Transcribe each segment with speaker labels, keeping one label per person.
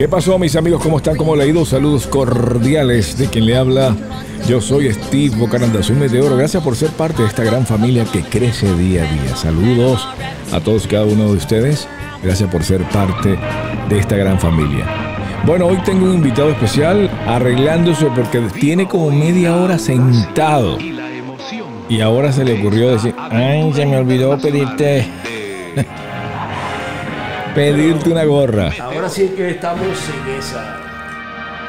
Speaker 1: ¿Qué pasó mis amigos? ¿Cómo están? ¿Cómo le ha ido? Saludos cordiales de quien le habla. Yo soy Steve Bocaranda, soy meteoro. Gracias por ser parte de esta gran familia que crece día a día. Saludos a todos y cada uno de ustedes. Gracias por ser parte de esta gran familia. Bueno, hoy tengo un invitado especial arreglándose porque tiene como media hora sentado. Y ahora se le ocurrió decir, ay, se me olvidó pedirte, pedirte una gorra.
Speaker 2: Ahora sí que estamos en esa.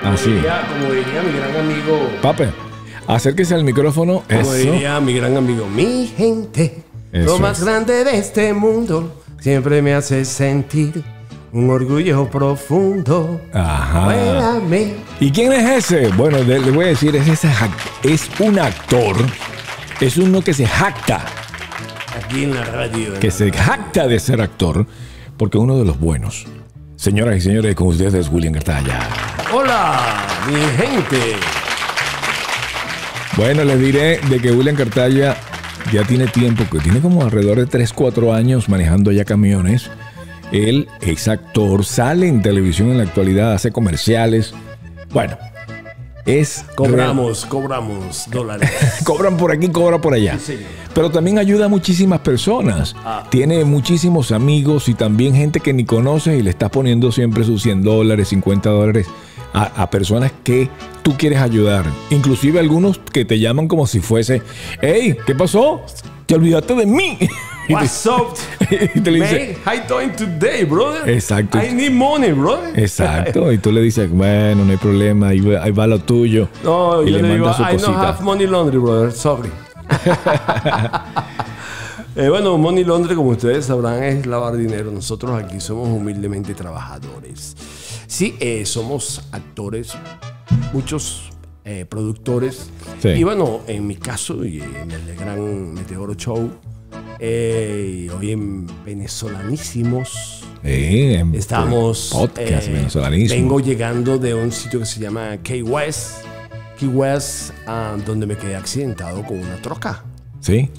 Speaker 2: Como
Speaker 1: Así.
Speaker 2: diría- como diría mi gran amigo.
Speaker 1: Pape, acérquese al micrófono.
Speaker 2: Como
Speaker 1: Eso.
Speaker 2: diría mi gran amigo. Mi gente,
Speaker 1: Eso
Speaker 2: lo más
Speaker 1: es.
Speaker 2: grande de este mundo, siempre me hace sentir un orgullo profundo.
Speaker 1: Ajá.
Speaker 2: Muérame.
Speaker 1: ¿Y quién es ese? Bueno, le, le voy a decir, es, ese jac- es un actor. Es uno que se jacta,
Speaker 2: Aquí en la radio. ¿eh? ¿no?
Speaker 1: que se jacta de ser actor, porque es uno de los buenos. Señoras y señores, con ustedes William Cartaya.
Speaker 2: Hola, mi gente.
Speaker 1: Bueno, les diré de que William Cartaya ya tiene tiempo, que tiene como alrededor de 3, 4 años manejando ya camiones. Él es actor, sale en televisión en la actualidad, hace comerciales. Bueno, es...
Speaker 2: Cobramos, cobramos dólares.
Speaker 1: Cobran por aquí, cobra por allá.
Speaker 2: Sí, señor.
Speaker 1: Pero también ayuda a muchísimas personas.
Speaker 2: Ah.
Speaker 1: Tiene muchísimos amigos y también gente que ni conoces y le estás poniendo siempre sus 100 dólares, 50 dólares a, a personas que tú quieres ayudar. Inclusive algunos que te llaman como si fuese, hey, ¿qué pasó? Te olvidaste de mí. Y te-
Speaker 2: What's up?
Speaker 1: y te le dice,
Speaker 2: Man, how you doing today, brother?
Speaker 1: Exacto.
Speaker 2: I need money, brother.
Speaker 1: exacto. Y tú le dices, bueno, no hay problema, ahí va, ahí va lo tuyo.
Speaker 2: No,
Speaker 1: y
Speaker 2: yo le digo,
Speaker 1: mandas
Speaker 2: I don't have money laundry, brother, sorry. Eh, bueno, money laundry, como ustedes sabrán, es lavar dinero. Nosotros aquí somos humildemente trabajadores. Sí, eh, somos actores, muchos eh, productores.
Speaker 1: Sí.
Speaker 2: Y bueno, en mi caso, y en el de Gran Meteoro Show, eh, y hoy en Venezolanísimos,
Speaker 1: Eh, en
Speaker 2: Estamos.
Speaker 1: Podcast
Speaker 2: eh,
Speaker 1: venezolanismo.
Speaker 2: Vengo llegando de un sitio que se llama Key West. Key West, ah, donde me quedé accidentado con una troca.
Speaker 1: ¿Sí?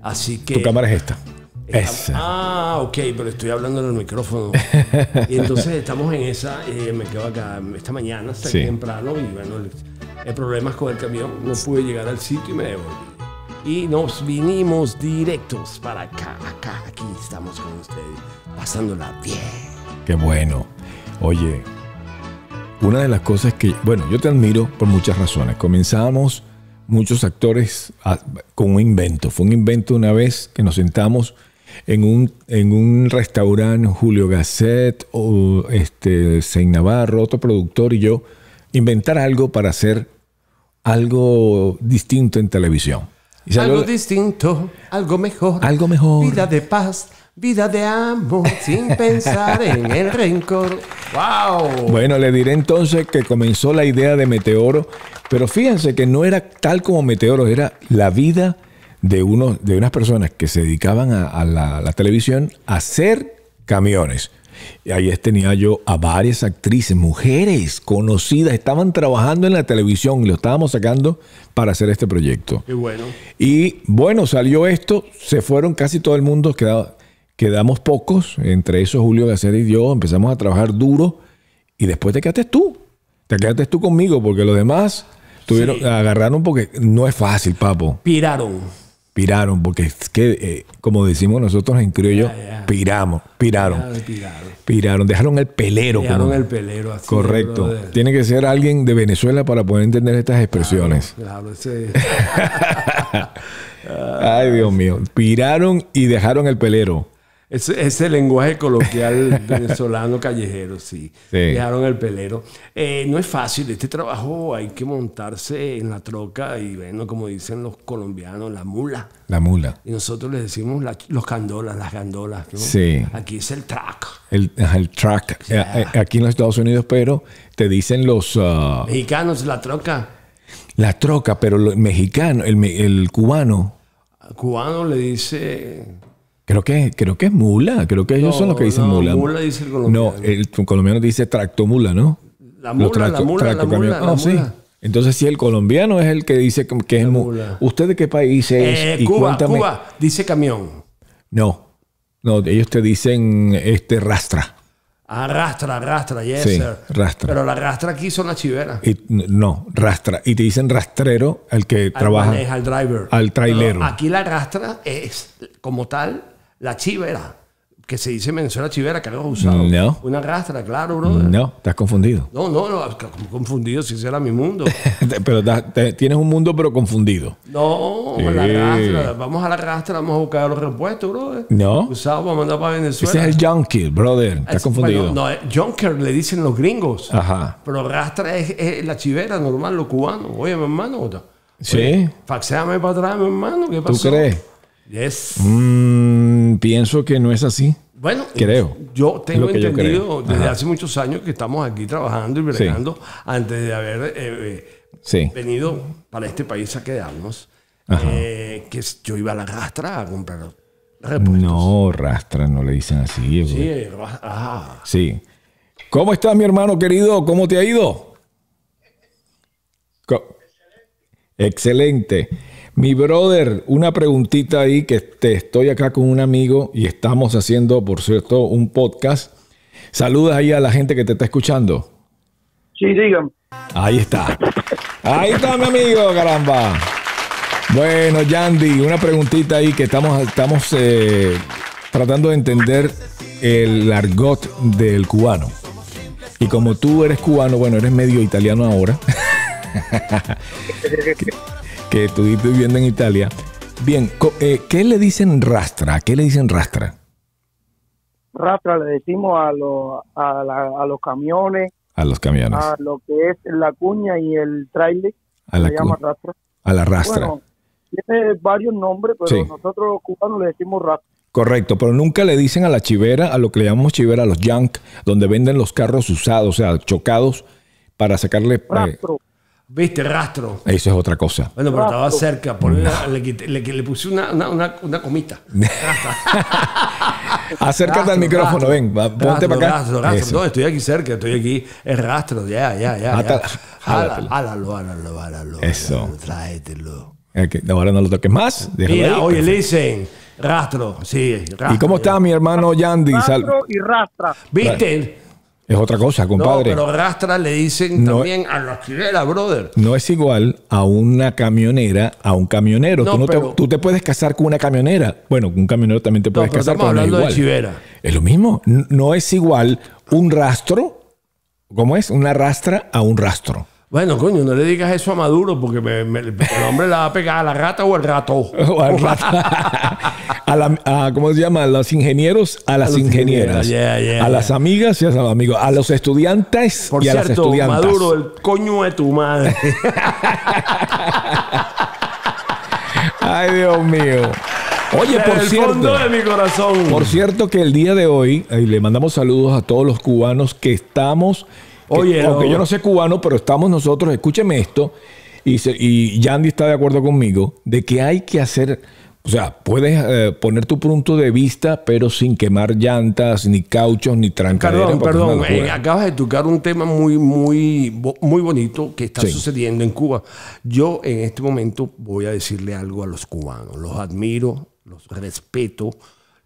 Speaker 2: Así que.
Speaker 1: Tu cámara es esta.
Speaker 2: Estamos-
Speaker 1: Esa.
Speaker 2: Ah, ok, pero estoy hablando en el micrófono. y entonces estamos en esa, eh, me quedo acá esta mañana, hasta
Speaker 1: Sí.
Speaker 2: temprano, y bueno, el- el problema es con el camión, no pude llegar al sitio y me devolví. Y nos vinimos directos para acá, acá, aquí estamos con ustedes, pasándola bien.
Speaker 1: Qué bueno. Oye, una de las cosas que, bueno, yo te admiro por muchas razones. Comenzamos muchos actores a- con un invento. Fue un invento una vez que nos sentamos en un, en un restaurante, Julio Gasset, o este, Sein Navarro, otro productor y yo, inventar algo para hacer algo distinto en televisión. Y salió-
Speaker 2: Algo distinto, algo mejor.
Speaker 1: Algo mejor.
Speaker 2: Vida de paz, vida de amor, sin pensar en el rencor. ¡Wow!
Speaker 1: Bueno, le diré entonces que comenzó la idea de Meteoro, pero fíjense que no era tal como Meteoro, era la vida de, uno, de unas personas que se dedicaban a, a la, a la televisión a hacer camiones. Y ahí tenía yo a varias actrices, mujeres conocidas, estaban trabajando en la televisión y lo estábamos sacando para hacer este proyecto.
Speaker 2: Qué bueno.
Speaker 1: Y bueno, salió esto, se fueron casi todo el mundo, queda- quedamos pocos, entre esos Julio Gacer y yo, empezamos a trabajar duro y después te quedaste tú, te quedaste tú conmigo porque los demás tuvieron, agarraron porque no es fácil, papo,
Speaker 2: Piraron.
Speaker 1: piraron, porque es que, eh, como decimos nosotros en criollo, piramos, Ah, piraron,
Speaker 2: Piraron.
Speaker 1: piraron, dejaron el pelero.
Speaker 2: Dejaron
Speaker 1: como-
Speaker 2: el pelero así.
Speaker 1: Correcto,
Speaker 2: brother.
Speaker 1: tiene que ser alguien de Venezuela para poder entender estas expresiones.
Speaker 2: Claro, ese-
Speaker 1: Ay, Dios mío. Piraron y dejaron el pelero.
Speaker 2: ese, ese lenguaje coloquial venezolano callejero, sí.
Speaker 1: Sí.
Speaker 2: Dejaron el pelero. Eh, no es fácil, este trabajo hay que montarse en la troca y bueno, como dicen los colombianos, la mula.
Speaker 1: La mula.
Speaker 2: Y nosotros le decimos la- los candolas, las gandolas. ¿no?
Speaker 1: Sí.
Speaker 2: Aquí es el track.
Speaker 1: El, ajá, el track. Eh, eh, Aquí en los Estados Unidos, pero te dicen los. ah,
Speaker 2: Mexicanos, la troca.
Speaker 1: la troca, pero lo- el mexicano, el, me- el cubano.
Speaker 2: Cubano le dice.
Speaker 1: Creo que, creo que es mula. Creo que ellos son los que dicen
Speaker 2: no,
Speaker 1: mula.
Speaker 2: mula dice el colombiano.
Speaker 1: No, el colombiano dice tractomula, ¿no?
Speaker 2: La mula, la mula, la
Speaker 1: tractocamión-
Speaker 2: mula, la
Speaker 1: Ah, sí.
Speaker 2: mula.
Speaker 1: Entonces, si el colombiano es el que dice que que es mula.
Speaker 2: mula.
Speaker 1: ¿Usted de qué país es?
Speaker 2: Eh,
Speaker 1: Y
Speaker 2: Cuba,
Speaker 1: cuéntame-
Speaker 2: Cuba, dice camión.
Speaker 1: No. No, ellos te dicen este rastra.
Speaker 2: Arrastra, arrastra, yes,
Speaker 1: Sí,
Speaker 2: sir.
Speaker 1: rastra.
Speaker 2: Pero la arrastra aquí son las chiveras.
Speaker 1: Y, no, rastra. Y te dicen rastrero al que
Speaker 2: Al
Speaker 1: trabaja.
Speaker 2: maneja, al driver.
Speaker 1: al trailero.
Speaker 2: Pero Aquí la arrastra es, como tal, la chivera. Que se dice en Venezuela chivera, que algo usado.
Speaker 1: No.
Speaker 2: Una arrastra, claro, bro. No,
Speaker 1: No, estás confundido.
Speaker 2: no, no, confundido si ese era mi mundo.
Speaker 1: pero estás- te- tienes un mundo pero confundido.
Speaker 2: No,
Speaker 1: Sí.
Speaker 2: la arrastra. Vamos a la arrastra, vamos a buscar los repuestos, bro.
Speaker 1: No.
Speaker 2: Usado para mandar para Venezuela.
Speaker 1: Ese es el junkie, brother. Estás
Speaker 2: Es-
Speaker 1: confundido. Ah.
Speaker 2: bueno, no, eh, Junker le dicen los gringos.
Speaker 1: Ajá.
Speaker 2: Pero rastra es, es la chivera normal, los cubanos. Oye, mi hermano.
Speaker 1: ¿Sí?
Speaker 2: Faxéame para atrás, mi hermano. ¿Qué
Speaker 1: ¿Tú
Speaker 2: pasó?
Speaker 1: crees?
Speaker 2: Yes.
Speaker 1: Mm, pienso que no es así.
Speaker 2: Bueno,
Speaker 1: Creo.
Speaker 2: Yo
Speaker 1: lo
Speaker 2: tengo
Speaker 1: que yo
Speaker 2: entendido
Speaker 1: creo.
Speaker 2: desde
Speaker 1: Ajá.
Speaker 2: hace muchos años que estamos aquí trabajando y bregando antes de haber eh, eh,
Speaker 1: Sí.
Speaker 2: venido para este país a quedarnos.
Speaker 1: Ajá.
Speaker 2: eh, que yo iba a la rastra a comprar repuestos.
Speaker 1: No, rastra, no le dicen así. güey.
Speaker 2: Sí, eh, ra- ah.
Speaker 1: Sí. ¿Cómo estás, mi hermano querido? ¿Cómo te ha ido? Co- Excelente. Mi brother, una preguntita ahí que te estoy acá con un amigo y estamos haciendo, por cierto, un podcast. Saludas ahí a la gente que te está escuchando.
Speaker 3: Sí, digan.
Speaker 1: Ahí está. Ahí está, mi amigo, caramba. Bueno, Yandy, una preguntita ahí que estamos, estamos eh, tratando de entender el argot del cubano. Y como tú eres cubano, bueno, eres medio italiano ahora, que estuviste viviendo en Italia. Bien, co- eh, ¿qué le dicen rastra? ¿Qué le dicen rastra?
Speaker 3: Rastra le decimos a los a, la- a los camiones,
Speaker 1: A los camiones.
Speaker 3: a lo que es la cuña y el trailer,
Speaker 1: A la
Speaker 3: se llama
Speaker 1: cuña.
Speaker 3: rastra.
Speaker 1: A la rastra.
Speaker 3: Bueno, tiene varios nombres, pero
Speaker 1: Sí.
Speaker 3: nosotros los cubanos le decimos rastra.
Speaker 1: Correcto, pero nunca le dicen a la chivera, a lo que le llamamos chivera, a los junk, donde venden los carros usados, o sea, chocados, para sacarle... eh,
Speaker 3: Rastro.
Speaker 2: Viste, rastro.
Speaker 1: eso es otra cosa.
Speaker 2: Bueno, pero
Speaker 3: Rastro.
Speaker 2: estaba cerca.
Speaker 1: Mm.
Speaker 2: por- le, quité- le- le puse una, una, una- una comita.
Speaker 1: Acércate
Speaker 2: Rastro,
Speaker 1: al micrófono,
Speaker 2: rastro.
Speaker 1: ven, va, ponte
Speaker 2: Rastro,
Speaker 1: para acá.
Speaker 2: rastro, rastro.
Speaker 1: Eso. Ah,
Speaker 2: No, estoy aquí cerca, estoy aquí. Es rastro, ya, ya, ya.
Speaker 1: Ata-
Speaker 2: ya.
Speaker 1: jálatelo.
Speaker 2: Jala- Jálalo, jálalo, jálalo.
Speaker 1: Eso.
Speaker 2: jálalo, Tráetelo.
Speaker 1: Ok, no, ahora no lo toques más. déjalo
Speaker 2: Mira,
Speaker 1: ahí,
Speaker 2: oye, le
Speaker 1: perfecto.
Speaker 2: dicen rastro, sí, rastro.
Speaker 1: ¿Y cómo está mi hermano Yandy? Sal-
Speaker 3: Rastro y rastra.
Speaker 2: ¿Viste?
Speaker 1: Es otra cosa,
Speaker 2: no,
Speaker 1: compadre.
Speaker 2: pero rastra le dicen
Speaker 1: No.
Speaker 2: también a la chilera, brother.
Speaker 1: No es igual a una camionera, a un camionero.
Speaker 2: No,
Speaker 1: tú, no
Speaker 2: pero-
Speaker 1: te, tú te puedes casar con una camionera. Bueno, un camionero también te
Speaker 2: No,
Speaker 1: puedes
Speaker 2: pero
Speaker 1: casar
Speaker 2: estamos
Speaker 1: con
Speaker 2: hablando de
Speaker 1: igual.
Speaker 2: chivera.
Speaker 1: Es lo mismo. N- No es igual un rastro, ¿cómo es? Una rastra a un rastro.
Speaker 2: Bueno, coño, no le digas eso a Maduro porque me- me- el hombre la va a pegar a la rata o al rato.
Speaker 1: O al rastro. a, la- a- ¿Cómo se llama? A los ingenieros, a las
Speaker 2: los
Speaker 1: ingenieras.
Speaker 2: ingenieros, yeah, yeah,
Speaker 1: a las
Speaker 2: yeah.
Speaker 1: amigas y a los amigos. A los estudiantes
Speaker 2: Por
Speaker 1: y a las
Speaker 2: cierto,
Speaker 1: estudiantes.
Speaker 2: Maduro, el coño de tu madre.
Speaker 1: Ay, Dios mío. Oye,
Speaker 2: Desde
Speaker 1: por
Speaker 2: el
Speaker 1: cierto.
Speaker 2: fondo de mi corazón.
Speaker 1: Por cierto que el día de hoy, eh, le mandamos saludos a todos los cubanos que estamos, que-
Speaker 2: Oye,
Speaker 1: aunque
Speaker 2: no.
Speaker 1: yo no sé cubano, pero estamos nosotros, escúcheme esto, y, se- y Yandy está de acuerdo conmigo, de que hay que hacer, o sea, puedes eh, poner tu punto de vista, pero sin quemar llantas, ni cauchos, ni trancaderas.
Speaker 2: Perdón,
Speaker 1: porque es una
Speaker 2: perdón. eh,
Speaker 1: locura.
Speaker 2: acabas de tocar un tema muy, muy, bo- muy bonito que está
Speaker 1: Sí.
Speaker 2: sucediendo en Cuba. Yo en este momento voy a decirle algo a los cubanos. Los admiro, los respeto.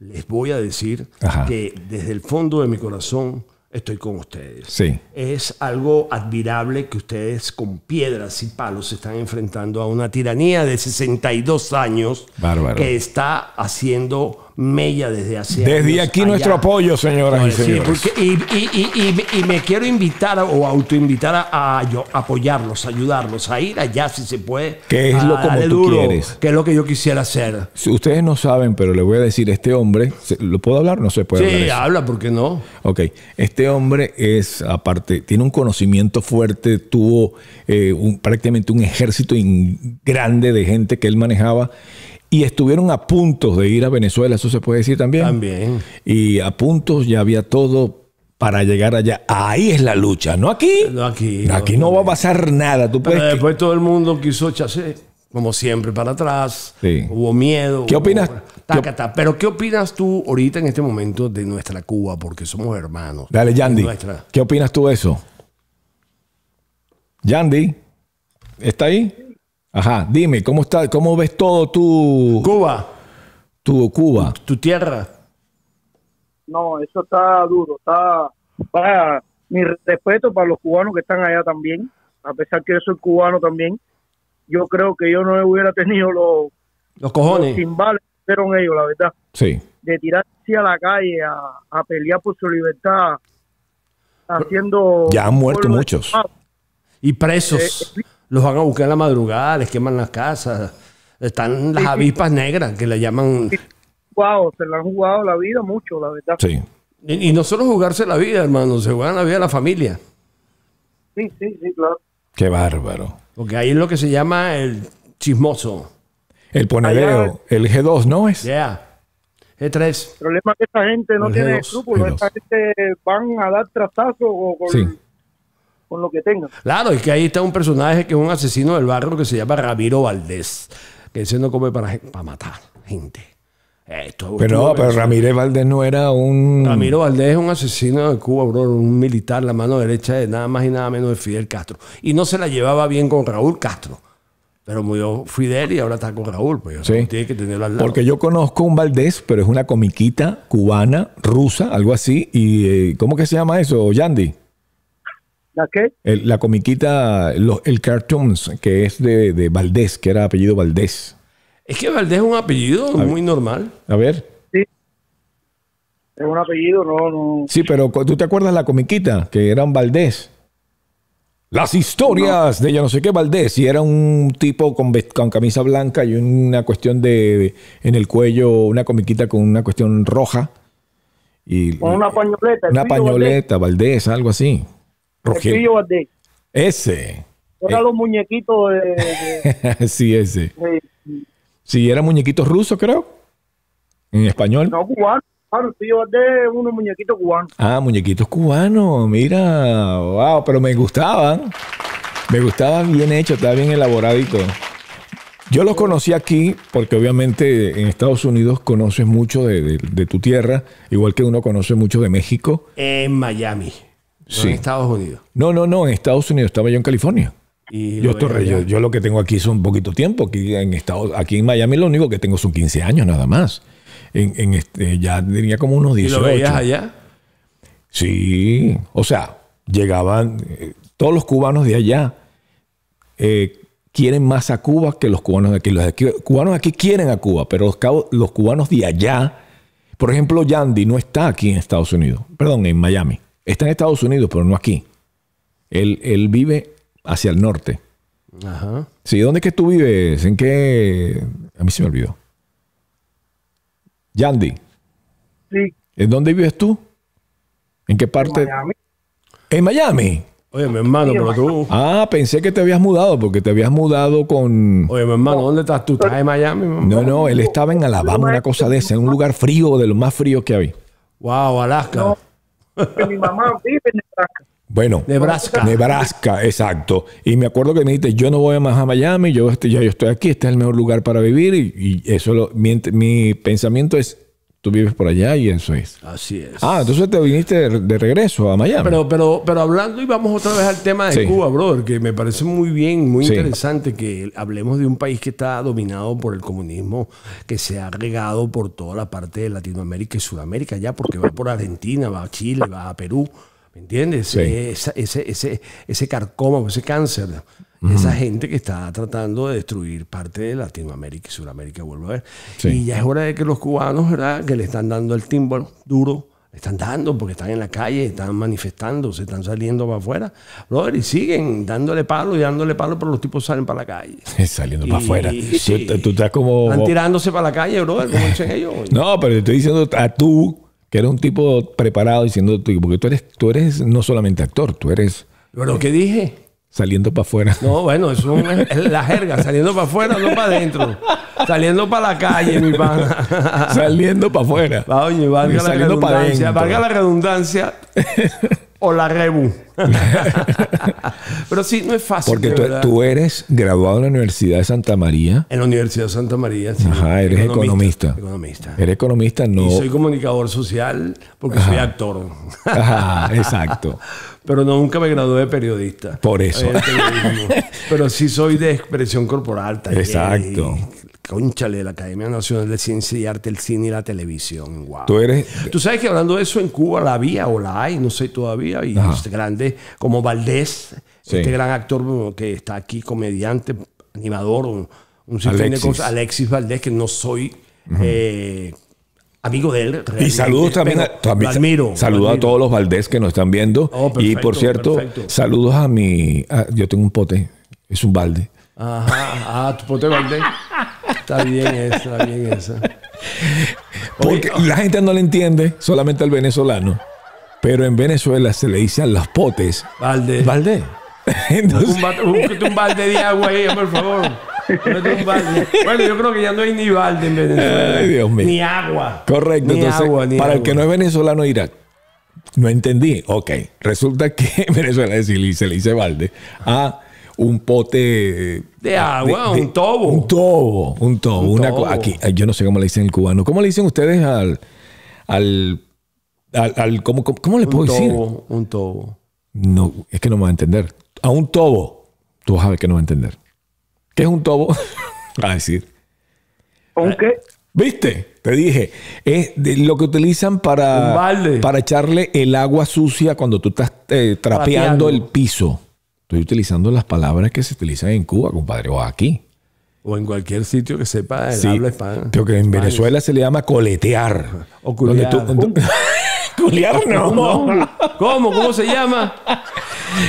Speaker 2: Les voy a decir
Speaker 1: Ajá.
Speaker 2: que desde el fondo de mi corazón estoy con ustedes.
Speaker 1: Sí.
Speaker 2: Es algo admirable que ustedes con piedras y palos se están enfrentando a una tiranía de 62 años
Speaker 1: Bárbaro.
Speaker 2: que está haciendo mella desde hace años.
Speaker 1: Desde aquí nuestro
Speaker 2: allá.
Speaker 1: apoyo, señoras y
Speaker 2: Sí,
Speaker 1: señores.
Speaker 2: porque- y, y- y- y- y me quiero invitar a- o autoinvitar a, a yo- apoyarlos, ayudarlos, a ir allá si se puede.
Speaker 1: Que es
Speaker 2: a
Speaker 1: lo como
Speaker 2: darle
Speaker 1: tú quieres.
Speaker 2: Que es lo que yo quisiera hacer.
Speaker 1: Si Ustedes no saben, pero le voy a decir, este hombre, ¿se- ¿lo puedo hablar? No se puede hablar.
Speaker 2: sí,
Speaker 1: eso.
Speaker 2: habla, ¿por qué no?
Speaker 1: Ok, este hombre es, aparte, tiene un conocimiento fuerte, tuvo eh, un- prácticamente un ejército in- grande de gente que él manejaba y estuvieron a puntos de ir a Venezuela, eso se puede decir también.
Speaker 2: También.
Speaker 1: Y a puntos ya había todo para llegar allá. Ahí es la lucha, no aquí.
Speaker 2: No aquí,
Speaker 1: No, aquí no va a pasar nada. Tú puedes
Speaker 2: Pero después todo el mundo quiso echarse, como siempre, para atrás.
Speaker 1: Sí.
Speaker 2: Hubo miedo.
Speaker 1: ¿Qué
Speaker 2: hubo-
Speaker 1: opinas?
Speaker 2: Taca, taca. Pero ¿qué opinas tú ahorita en este momento de nuestra Cuba? Porque somos hermanos.
Speaker 1: Dale, Yandy.
Speaker 2: Nuestra.
Speaker 1: ¿Qué opinas tú de eso? Yandy, ¿está ahí? Ajá, dime, ¿cómo está? ¿Cómo ves todo tu,
Speaker 2: Cuba,
Speaker 1: tu Cuba?
Speaker 2: tu tierra.
Speaker 3: No, eso está duro, está para mi respeto para los cubanos que están allá también, a pesar que yo soy cubano también, yo creo que yo no hubiera tenido los,
Speaker 2: Los cojones.
Speaker 3: los timbales que hicieron ellos, la verdad,
Speaker 1: Sí.
Speaker 3: de tirarse a la calle a, a pelear por su libertad, haciendo...
Speaker 4: Ya han muerto
Speaker 3: pueblo
Speaker 4: muchos.
Speaker 3: desarmado.
Speaker 2: Y presos. Los van a buscar en la madrugada, les queman las casas. Están las avispas negras que le llaman.
Speaker 3: Wow, se la han jugado la vida mucho, la verdad.
Speaker 1: Sí.
Speaker 2: Y, y no solo jugarse la vida, hermano, se juegan la vida de la familia.
Speaker 3: sí, sí, sí claro.
Speaker 1: Qué bárbaro.
Speaker 2: Porque ahí es lo que se llama el chismoso.
Speaker 1: El ponedeo, el G2, ¿no es?
Speaker 2: Yeah. G3.
Speaker 3: El problema es que esta gente no
Speaker 2: Los
Speaker 3: tiene
Speaker 2: dedos,
Speaker 3: escrúpulos,
Speaker 1: dedos.
Speaker 3: esta gente van a dar trastazos o con,
Speaker 1: Sí.
Speaker 3: con lo que tengan.
Speaker 2: Claro, es que ahí está un personaje que es un asesino del barrio que se llama Ramiro Valdés. Que ese no come para, gen- para matar gente. Eh, esto-
Speaker 1: Pero, no,
Speaker 2: esto-
Speaker 1: pero Ramírez Valdés no era un...
Speaker 2: Ramiro Valdés es un asesino de Cuba, bro, un militar, la mano derecha de nada más y nada menos de Fidel Castro. Y no se la llevaba bien con Raúl Castro. Pero murió Fidel y ahora está con Raúl, pues
Speaker 1: Sí.
Speaker 2: tiene que tenerlo al lado.
Speaker 1: Porque yo conozco un Valdés, pero es una comiquita cubana, rusa, algo así. ¿Y eh, cómo que se llama eso, Yandy?
Speaker 3: ¿La qué?
Speaker 1: El- la comiquita, lo- el cartoons, que es de, de Valdés, que era apellido Valdés.
Speaker 2: Es que Valdés es un apellido muy normal.
Speaker 1: A ver.
Speaker 3: Es un apellido, no, no.
Speaker 1: Sí, pero cu- ¿tú te acuerdas la comiquita? Que era un Valdés. Las historias de yo no sé qué Valdés. Y era un tipo con, vest- con camisa blanca y una cuestión de, de- en el cuello, una comiquita con una cuestión roja. Y,
Speaker 3: Con una pañoleta. el
Speaker 1: Una
Speaker 3: Pillo
Speaker 1: pañoleta, Valdés, algo así.
Speaker 3: Valdés, El
Speaker 1: Rogelio.
Speaker 3: Pillo Valdés.
Speaker 1: Ese.
Speaker 3: Eran los muñequitos de, de-
Speaker 1: sí, ese.
Speaker 3: de-
Speaker 1: Sí, era muñequito ruso, creo. En español.
Speaker 3: No, cubanos. Claro, el Pillo Valdés es unos muñequitos cubanos.
Speaker 1: Ah, muñequitos cubanos. Mira. Wow, pero me gustaban. Me gustaban bien hecho, estaba bien elaboradito. Yo los conocí aquí porque obviamente en Estados Unidos conoces mucho de, de- de tu tierra, igual que uno conoce mucho de México.
Speaker 2: En Miami. no
Speaker 1: Sí.
Speaker 2: En Estados Unidos.
Speaker 1: No, no, no, en Estados Unidos estaba yo en California.
Speaker 2: Y
Speaker 1: Yo,
Speaker 2: lo
Speaker 1: estoy re-
Speaker 2: veía
Speaker 1: yo,
Speaker 2: allá.
Speaker 1: yo lo que tengo aquí son poquito tiempo. Aquí en, Estados, aquí en Miami lo único que tengo son 15 años nada más. En, en este, ya tenía como unos
Speaker 2: ¿Y
Speaker 1: 18.
Speaker 2: lo veías allá?
Speaker 1: Sí, o sea, llegaban eh, todos los cubanos de allá. eh, quieren más a Cuba que los cubanos de aquí. Los de aquí- cubanos de aquí quieren a Cuba, pero los, cabo- los cubanos de allá, por ejemplo, Yandy no está aquí en Estados Unidos, perdón, en Miami. Está en Estados Unidos, pero no aquí. Él, él vive hacia el norte.
Speaker 2: Ajá.
Speaker 1: Sí, ¿dónde es que tú vives? ¿En qué? A mí se me olvidó. Yandy,
Speaker 3: Sí,
Speaker 1: ¿en dónde vives tú? ¿En qué parte?
Speaker 3: Miami.
Speaker 1: En Miami.
Speaker 2: Oye, mi hermano, pero tú.
Speaker 1: Ah, pensé que te habías mudado porque te habías mudado con...
Speaker 2: Oye, mi hermano, ¿dónde estás tú? ¿Estás en Miami? mi
Speaker 1: No,
Speaker 2: hermano?
Speaker 1: no, él estaba en Alabama, una cosa de esa, en un lugar frío, de lo más frío que hay.
Speaker 2: Wow, Alaska.
Speaker 3: Que mi mamá vive en Nebraska.
Speaker 1: Bueno,
Speaker 2: Nebraska.
Speaker 1: Nebraska, exacto. Y me acuerdo que me dijiste, yo no voy más a Miami, yo, este, ya yo estoy aquí, este es el mejor lugar para vivir y, y eso, lo- mi, ent- mi pensamiento es, tú vives por allá y eso es.
Speaker 2: Así es.
Speaker 1: Ah, entonces te viniste de, de regreso a Miami.
Speaker 2: Pero, pero, pero hablando, y vamos otra vez al tema de
Speaker 1: Sí.
Speaker 2: Cuba, brother, que me parece muy bien, muy
Speaker 1: Sí.
Speaker 2: interesante que hablemos de un país que está dominado por el comunismo, que se ha regado por toda la parte de Latinoamérica y Sudamérica, ya porque va por Argentina, va a Chile, va a Perú. ¿Me entiendes? Eh,
Speaker 1: Sí.
Speaker 2: Esa- ese, ese, ese carcoma, ese cáncer, esa gente que está tratando de destruir parte de Latinoamérica y Sudamérica, vuelvo a ver.
Speaker 1: Sí.
Speaker 2: Y ya es hora de que los cubanos, ¿verdad? Que le están dando el tímbalo duro, le están dando porque están en la calle, están manifestando, se están saliendo para afuera, brother, y siguen dándole palo y dándole palo, pero los tipos salen para la calle.
Speaker 1: Saliendo
Speaker 2: Y-
Speaker 1: para afuera.
Speaker 2: sí.
Speaker 1: Tú, tú estás como...
Speaker 2: Están tirándose para la calle, brother, como dicen ellos.
Speaker 1: No, pero te estoy diciendo a tú, que eres un tipo preparado, diciendo tú, porque tú eres, tú eres no solamente actor, tú eres
Speaker 2: Pero ¿qué dije?
Speaker 1: saliendo para afuera.
Speaker 2: No, bueno, eso es, una- es la jerga, saliendo para afuera, no para adentro. Saliendo para la calle, mi pana.
Speaker 1: saliendo para afuera.
Speaker 2: Ah, Oye, valga la
Speaker 1: Saliendo pa'
Speaker 2: redundancia,
Speaker 1: dentro.
Speaker 2: valga la redundancia o la rebu. Pero sí, no es fácil.
Speaker 1: Porque
Speaker 2: de
Speaker 1: tú,
Speaker 2: verdad.
Speaker 1: tú eres graduado en la Universidad de Santa María,
Speaker 2: En la Universidad de Santa María. sí,
Speaker 1: Ajá, eres economista.
Speaker 2: Economista.
Speaker 1: eres economista, no...
Speaker 2: Y soy comunicador social porque soy actor.
Speaker 1: Ajá, exacto.
Speaker 2: Pero no, nunca me gradué de periodista.
Speaker 1: Por eso.
Speaker 2: Eh, periodismo. Pero sí soy de expresión corporal. talleres,
Speaker 1: Exacto.
Speaker 2: conchale, la Academia Nacional de Ciencia y Arte, el cine y la televisión. Wow.
Speaker 1: Tú eres.
Speaker 2: Tú sabes que hablando de eso, en Cuba la había o la hay, no sé todavía, y
Speaker 1: Ajá.
Speaker 2: este grande como Valdés,
Speaker 1: Sí.
Speaker 2: este gran actor que está aquí, comediante, animador, un, un sinfín
Speaker 1: Alexis.
Speaker 2: de cosas. Alexis Valdés, que no soy eh, amigo de él.
Speaker 1: Y
Speaker 2: realmente,
Speaker 1: saludos también,
Speaker 2: Eh, pero
Speaker 1: a, también
Speaker 2: lo admiro.
Speaker 1: saludos
Speaker 2: lo
Speaker 1: a
Speaker 2: admiro.
Speaker 1: todos los Valdés que nos están viendo.
Speaker 2: Oh,
Speaker 1: y
Speaker 2: perfecto,
Speaker 1: por cierto,
Speaker 2: perfecto.
Speaker 1: saludos a mi. a- yo tengo un pote, es un balde.
Speaker 2: Ajá, ah, tu pote Valdés. Está bien esa, está bien esa.
Speaker 1: Porque la gente no le entiende, solamente al venezolano. Pero en Venezuela se le dice a los potes
Speaker 2: Valdés.
Speaker 1: Valdés. Entonces,
Speaker 2: Un, ba- búsquete un balde de agua ahí, por favor. Búsquete un balde. Bueno, yo creo que ya no hay ni balde en Venezuela.
Speaker 1: Ay, Dios mío.
Speaker 2: Ni agua.
Speaker 1: correcto.
Speaker 2: Ni
Speaker 1: entonces,
Speaker 2: agua, ni
Speaker 1: para el
Speaker 2: agua.
Speaker 1: que no es venezolano, dirá, no entendí. Ok, resulta que en Venezuela se le se le dice balde a un pote. eh,
Speaker 2: De agua,
Speaker 1: de- de-
Speaker 2: un tobo.
Speaker 1: Un tobo, un tobo.
Speaker 2: Un
Speaker 1: una
Speaker 2: tobo.
Speaker 1: co- Aquí, ay, yo no sé cómo le dicen el cubano. ¿Cómo le dicen ustedes al. al, al, al- ¿cómo, cómo, cómo le
Speaker 2: un
Speaker 1: puedo decir?
Speaker 2: tobo, un tobo.
Speaker 1: No, es que no me va a entender. A un tobo, tú vas a ver que no va a entender. ¿Qué es un tobo? a decir.
Speaker 3: Aunque
Speaker 1: ¿Viste? Te dije. Es de lo que utilizan para,
Speaker 2: Un balde.
Speaker 1: para echarle el agua sucia cuando tú estás eh, trapeando
Speaker 2: Trapeando.
Speaker 1: el piso. Estoy utilizando las palabras que se utilizan en Cuba, compadre, o aquí.
Speaker 2: O en cualquier sitio que sepa el
Speaker 1: Sí,
Speaker 2: habla hispana.
Speaker 1: Pero que en Venezuela se le llama coletear.
Speaker 2: O culear.
Speaker 1: Donde tú- culear no.
Speaker 2: No. ¿Cómo? ¿Cómo se llama?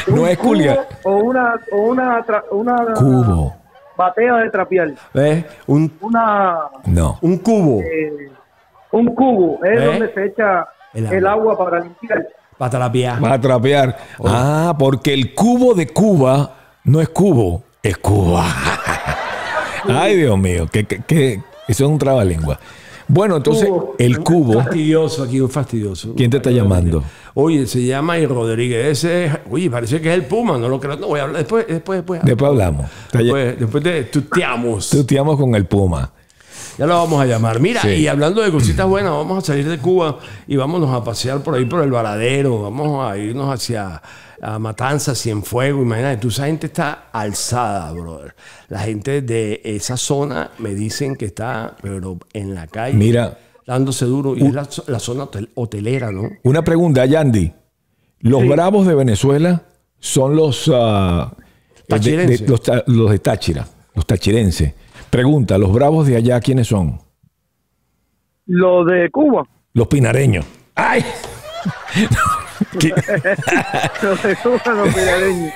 Speaker 1: No es culear.
Speaker 3: o una, o una, tra- una
Speaker 1: Cubo.
Speaker 3: batea de trapear,
Speaker 2: ¿Ves? Un,
Speaker 3: una,
Speaker 1: No.
Speaker 2: un cubo
Speaker 3: eh, un cubo, es
Speaker 2: ¿Eh?
Speaker 3: donde se echa
Speaker 2: El
Speaker 3: el
Speaker 2: agua.
Speaker 3: agua, para limpiar.
Speaker 2: para trapear.
Speaker 1: Para trapear. Ah, porque el cubo de Cuba no es cubo, es Cuba. Ay, Dios mío, que, que- que- eso es un trabalengua. Bueno, entonces,
Speaker 3: Cubo.
Speaker 1: el cubo,
Speaker 2: Fastidioso aquí, un fastidioso.
Speaker 1: ¿quién te está llamando?
Speaker 2: Oye, se llama y Rodríguez. Ese es- oye, parece que es el Puma, no lo creo. No voy a hablar después, después, después.
Speaker 1: Después hablamos.
Speaker 2: Después, después te tuteamos.
Speaker 1: Tuteamos con el Puma.
Speaker 2: Ya lo vamos a llamar. Mira,
Speaker 1: Sí.
Speaker 2: y hablando de cositas buenas, vamos a salir de Cuba y vámonos a pasear por ahí por el varadero. Vamos a irnos hacia a Matanzas, Cienfuegos. Imagínate, tú esa gente está alzada, brother. La gente de esa zona me dicen que está, pero en la calle.
Speaker 1: Mira.
Speaker 2: Dándose duro. Y es la, zo- la zona hotel- hotelera, ¿no?
Speaker 1: Una pregunta, Yandy. ¿Los bravos de Venezuela son los, ah, de- de-
Speaker 2: Tachirenses.
Speaker 1: los, ta- los de Táchira, los tachirenses? Pregunta, ¿los bravos de allá quiénes son?
Speaker 3: Lo de Cuba,
Speaker 1: Los pinareños. ¡Ay! ¿Qué?
Speaker 3: lo de Cuba, los pirareños.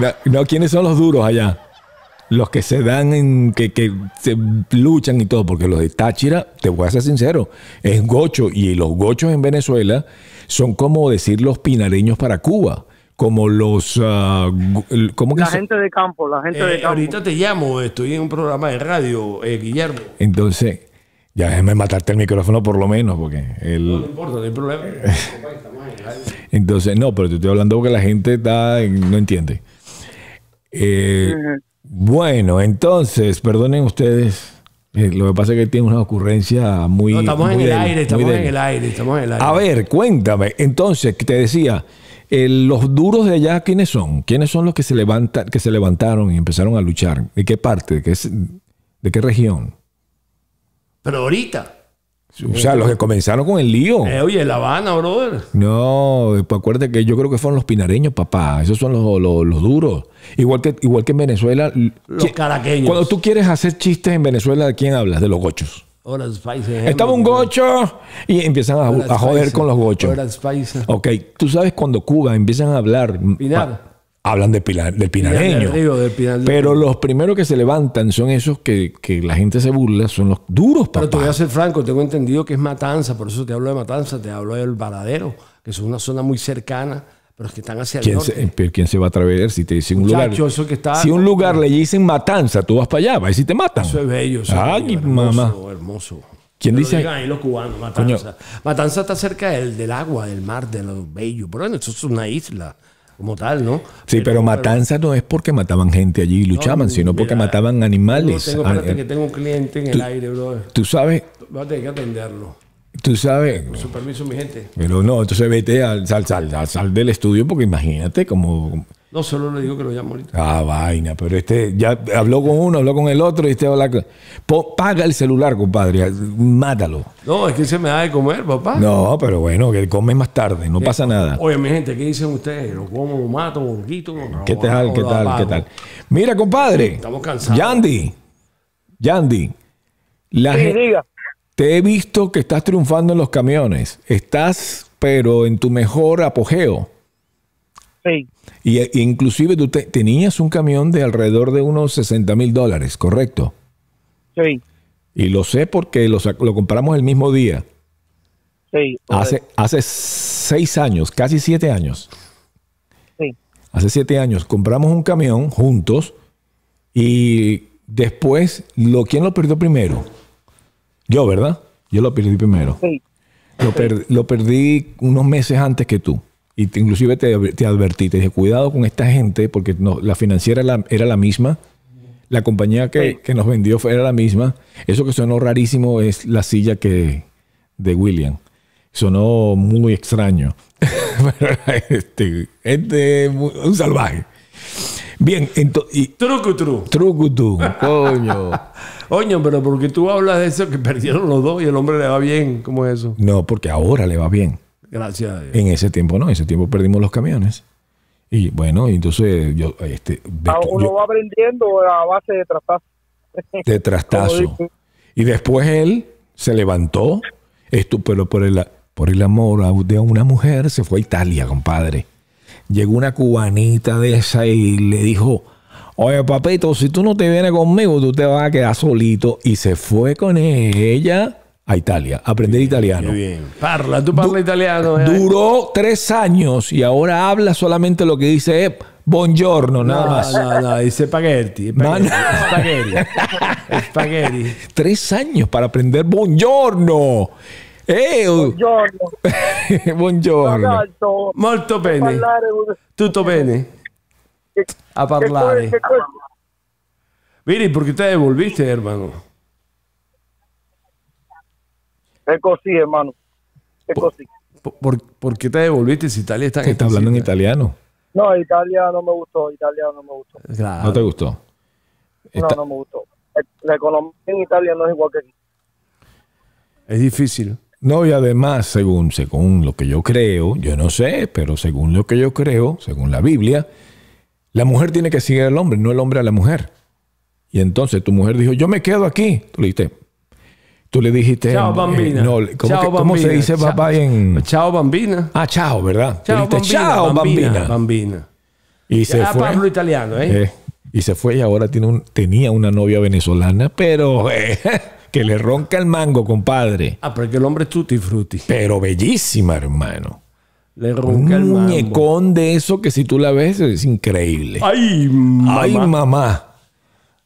Speaker 1: No, no, ¿quiénes son los duros allá? Los que se dan en. que, que se luchan y todo, porque los de Táchira, te voy a ser sincero, es gocho. Y los gochos en Venezuela son como decir los pinareños para Cuba. Como los. ah, gu- el- ¿Cómo que
Speaker 3: La
Speaker 1: son?
Speaker 3: gente de campo, la gente de
Speaker 2: Eh,
Speaker 3: campo.
Speaker 2: ahorita te llamo, estoy en un programa de radio, eh, Guillermo.
Speaker 1: Entonces, ya déjame matarte el micrófono por lo menos, porque el.
Speaker 2: No importa, no hay problema.
Speaker 1: Eh,
Speaker 2: Estamos en radio.
Speaker 1: Entonces, no, pero te estoy hablando porque la gente está, en- no entiende. Eh, Bueno, entonces, perdonen ustedes. eh, lo que pasa es que tiene una ocurrencia muy.
Speaker 2: No, estamos en
Speaker 1: muy
Speaker 2: el
Speaker 1: débil,
Speaker 2: aire,
Speaker 1: muy
Speaker 2: estamos en
Speaker 1: débil.
Speaker 2: el aire, estamos en el aire.
Speaker 1: A ver, cuéntame. Entonces, que te decía, eh, los duros de allá, ¿quiénes son? ¿Quiénes son los que se, levantan, que se levantaron y empezaron a luchar? ¿De qué parte? ¿De qué, es- de qué región?
Speaker 2: Pero ahorita.
Speaker 1: O sea, los que comenzaron con el lío.
Speaker 2: Eh, oye, La Habana, brother.
Speaker 1: No, pues acuérdate que yo creo que fueron los pinareños, papá. Esos son los, los- los duros. Igual que, igual que en Venezuela.
Speaker 2: Los
Speaker 1: ¿quién-
Speaker 2: caraqueños.
Speaker 1: Cuando tú quieres hacer chistes en Venezuela, ¿de quién hablas? De los gochos.
Speaker 2: Ahora los países.
Speaker 1: Estaba un gocho y empiezan a,
Speaker 2: Ahora
Speaker 1: a joder
Speaker 2: países,
Speaker 1: con los gochos.
Speaker 2: ahora los países.
Speaker 1: Ok, tú sabes cuando Cuba empiezan a hablar.
Speaker 2: Pinar.
Speaker 1: pa- hablan de pila- del
Speaker 2: Pinar del
Speaker 1: pinareño.
Speaker 2: Río, del Pinar del
Speaker 1: pero los primeros que se levantan son esos que, que la gente se burla, son los duros, papá.
Speaker 2: Pero te voy a ser franco, tengo entendido que es Matanza, por eso te hablo de Matanza, te hablo del Varadero, que es una zona muy cercana, pero es que están hacia el
Speaker 1: ¿Quién
Speaker 2: norte.
Speaker 1: se, pero ¿Quién se va a atrever si te dicen un lugar?
Speaker 2: Muchacho, eso que está-
Speaker 1: si un lugar le dicen matanza, tú vas para allá, vas y si te matan.
Speaker 2: Eso es bello. eso es
Speaker 1: Ay,
Speaker 2: bello, hermoso,
Speaker 1: mamá.
Speaker 2: hermoso.
Speaker 1: ¿Quién
Speaker 2: Que lo
Speaker 1: dice?
Speaker 2: digan ahí los cubanos, Matanza. Matanza está cerca del, del agua, del mar, de los bellos. Pero bueno, eso es una isla como tal, ¿no?
Speaker 1: Sí, pero, matanza no es porque mataban gente allí y luchaban, sino porque
Speaker 2: mira,
Speaker 1: mataban animales.
Speaker 2: No tengo,
Speaker 1: Ah,
Speaker 2: espérate
Speaker 1: eh,
Speaker 2: que tengo un cliente en el aire, brother.
Speaker 1: Tú sabes,
Speaker 2: Voy a tener que atenderlo.
Speaker 1: tú sabes.
Speaker 2: Su permiso, mi gente.
Speaker 1: Pero no, entonces vete al sal, sal, al sal del estudio porque imagínate como...
Speaker 2: No, solo le digo que lo llamo ahorita.
Speaker 1: Ah, vaina, pero este ya habló con uno, habló con el otro y este habla con... Po- Paga el celular, compadre, mátalo.
Speaker 2: No, es que se me da de comer, papá.
Speaker 1: No, pero bueno, que come más tarde, no pasa nada.
Speaker 2: Oye, mi gente, ¿qué dicen ustedes? ¿Lo como, lo mato, lo quito? lo
Speaker 1: ¿Qué tal,
Speaker 2: abajo,
Speaker 1: qué
Speaker 2: lo
Speaker 1: tal, qué
Speaker 2: apago?
Speaker 1: tal? Mira, compadre.
Speaker 2: Estamos cansados.
Speaker 1: Yandy, Yandy, la
Speaker 3: Sí,
Speaker 1: gen-
Speaker 3: diga.
Speaker 1: te he visto que estás triunfando en los camiones. Estás, pero en tu mejor apogeo.
Speaker 3: Sí,
Speaker 1: Y, e- inclusive tú te- tenías un camión de alrededor de unos 60 mil dólares, ¿correcto?
Speaker 3: sí,
Speaker 1: Y lo sé porque lo, sac- lo compramos el mismo día.
Speaker 3: sí.
Speaker 1: Hace, hace seis años, casi siete años.
Speaker 3: Sí,
Speaker 1: Hace siete años compramos un camión juntos y después, lo, ¿quién lo perdió primero? Yo, ¿verdad? Yo lo perdí primero.
Speaker 3: sí.
Speaker 1: Lo, per- lo perdí unos meses antes que tú. Y te- inclusive te, adver- te advertí, te dije, cuidado con esta gente, porque no- la financiera era la, era la misma, la compañía que,
Speaker 3: Sí.
Speaker 1: que nos vendió fue- era la misma. Eso que sonó rarísimo es la silla que de William. Sonó muy extraño. Pero era este, este, un salvaje. Bien, entonces...
Speaker 2: Truco, truco.
Speaker 1: Trucutú, coño.
Speaker 2: Oño, pero porque tú hablas de eso que perdieron los dos y el hombre le va bien, ¿cómo es eso?
Speaker 1: No, porque ahora le va bien.
Speaker 2: Gracias a Dios.
Speaker 1: En ese tiempo no, en ese tiempo perdimos los camiones. Y bueno, y entonces yo, este, de,
Speaker 3: Ah, Uno
Speaker 1: yo-
Speaker 3: va aprendiendo a base de tratar.
Speaker 1: de trastazo. Y después él se levantó, estu- pero por el, por el amor a- de una mujer se fue a Italia, compadre. Llegó una cubanita de esa y le dijo, oye papito, si tú no te vienes conmigo, tú te vas a quedar solito. Y se fue con ella a Italia, a aprender italiano.
Speaker 2: Qué bien. Parla, tú parla italiano. ¿eh?
Speaker 1: Duró tres años y ahora habla solamente lo que dice eh, buongiorno, nada
Speaker 2: No,
Speaker 1: más.
Speaker 2: Ah, no, no, dice spaghetti. Spaghetti. Spaghetti. spaghetti.
Speaker 1: Tres años para aprender buongiorno. Eh,
Speaker 3: Yo
Speaker 1: buongiorno.
Speaker 3: no,
Speaker 2: Molto bene.
Speaker 3: parlare con-
Speaker 2: Tutto bene.
Speaker 3: che-
Speaker 2: A
Speaker 3: che
Speaker 2: parlare.
Speaker 1: eh.
Speaker 3: cosa- che cosa-
Speaker 2: Mire, ¿por qué te devolviste, hermano?
Speaker 3: che così, hermano. Che così.
Speaker 2: ¿Por, por- por qué te devolviste si Italia está en
Speaker 1: Está hablando en italiano.
Speaker 3: No, Italia no me gustó, Italia no me gustó.
Speaker 2: Claro.
Speaker 1: ¿No te gustó?
Speaker 3: No,
Speaker 1: Está-
Speaker 3: no me gustó. La economía en Italia no es igual que aquí.
Speaker 2: Es difícil.
Speaker 1: No, y además, según, según lo que yo creo, yo no sé, pero según lo que yo creo, según la Biblia, la mujer tiene que seguir al hombre, no el hombre a la mujer. Y entonces tu mujer dijo, yo me quedo aquí. Tú le dijiste, tú le dijiste,
Speaker 2: Chao,
Speaker 1: eh,
Speaker 2: bambina.
Speaker 1: no, ¿cómo,
Speaker 2: Chao,
Speaker 1: que- cómo se
Speaker 2: bambina.
Speaker 1: dice
Speaker 2: Chao.
Speaker 1: papá en...
Speaker 2: Chao, bambina.
Speaker 1: Ah, chao, ¿verdad? Tú
Speaker 2: Chao,
Speaker 1: le dijiste,
Speaker 2: bambina.
Speaker 1: chao, bambina.
Speaker 2: bambina. bambina.
Speaker 1: Y se
Speaker 2: ah,
Speaker 1: fue.
Speaker 2: Pablo italiano, ¿eh?
Speaker 1: Eh, y se fue y ahora tiene un, tenía una novia venezolana, pero eh, que le ronca el mango, compadre.
Speaker 2: Ah, pero es que el hombre es tutti frutti.
Speaker 1: Pero bellísima, hermano.
Speaker 2: Le
Speaker 1: Un
Speaker 2: ronca el mambo.
Speaker 1: muñecón de eso que si tú la ves es increíble.
Speaker 2: Ay,
Speaker 1: Ay,
Speaker 2: mamá.
Speaker 1: mamá.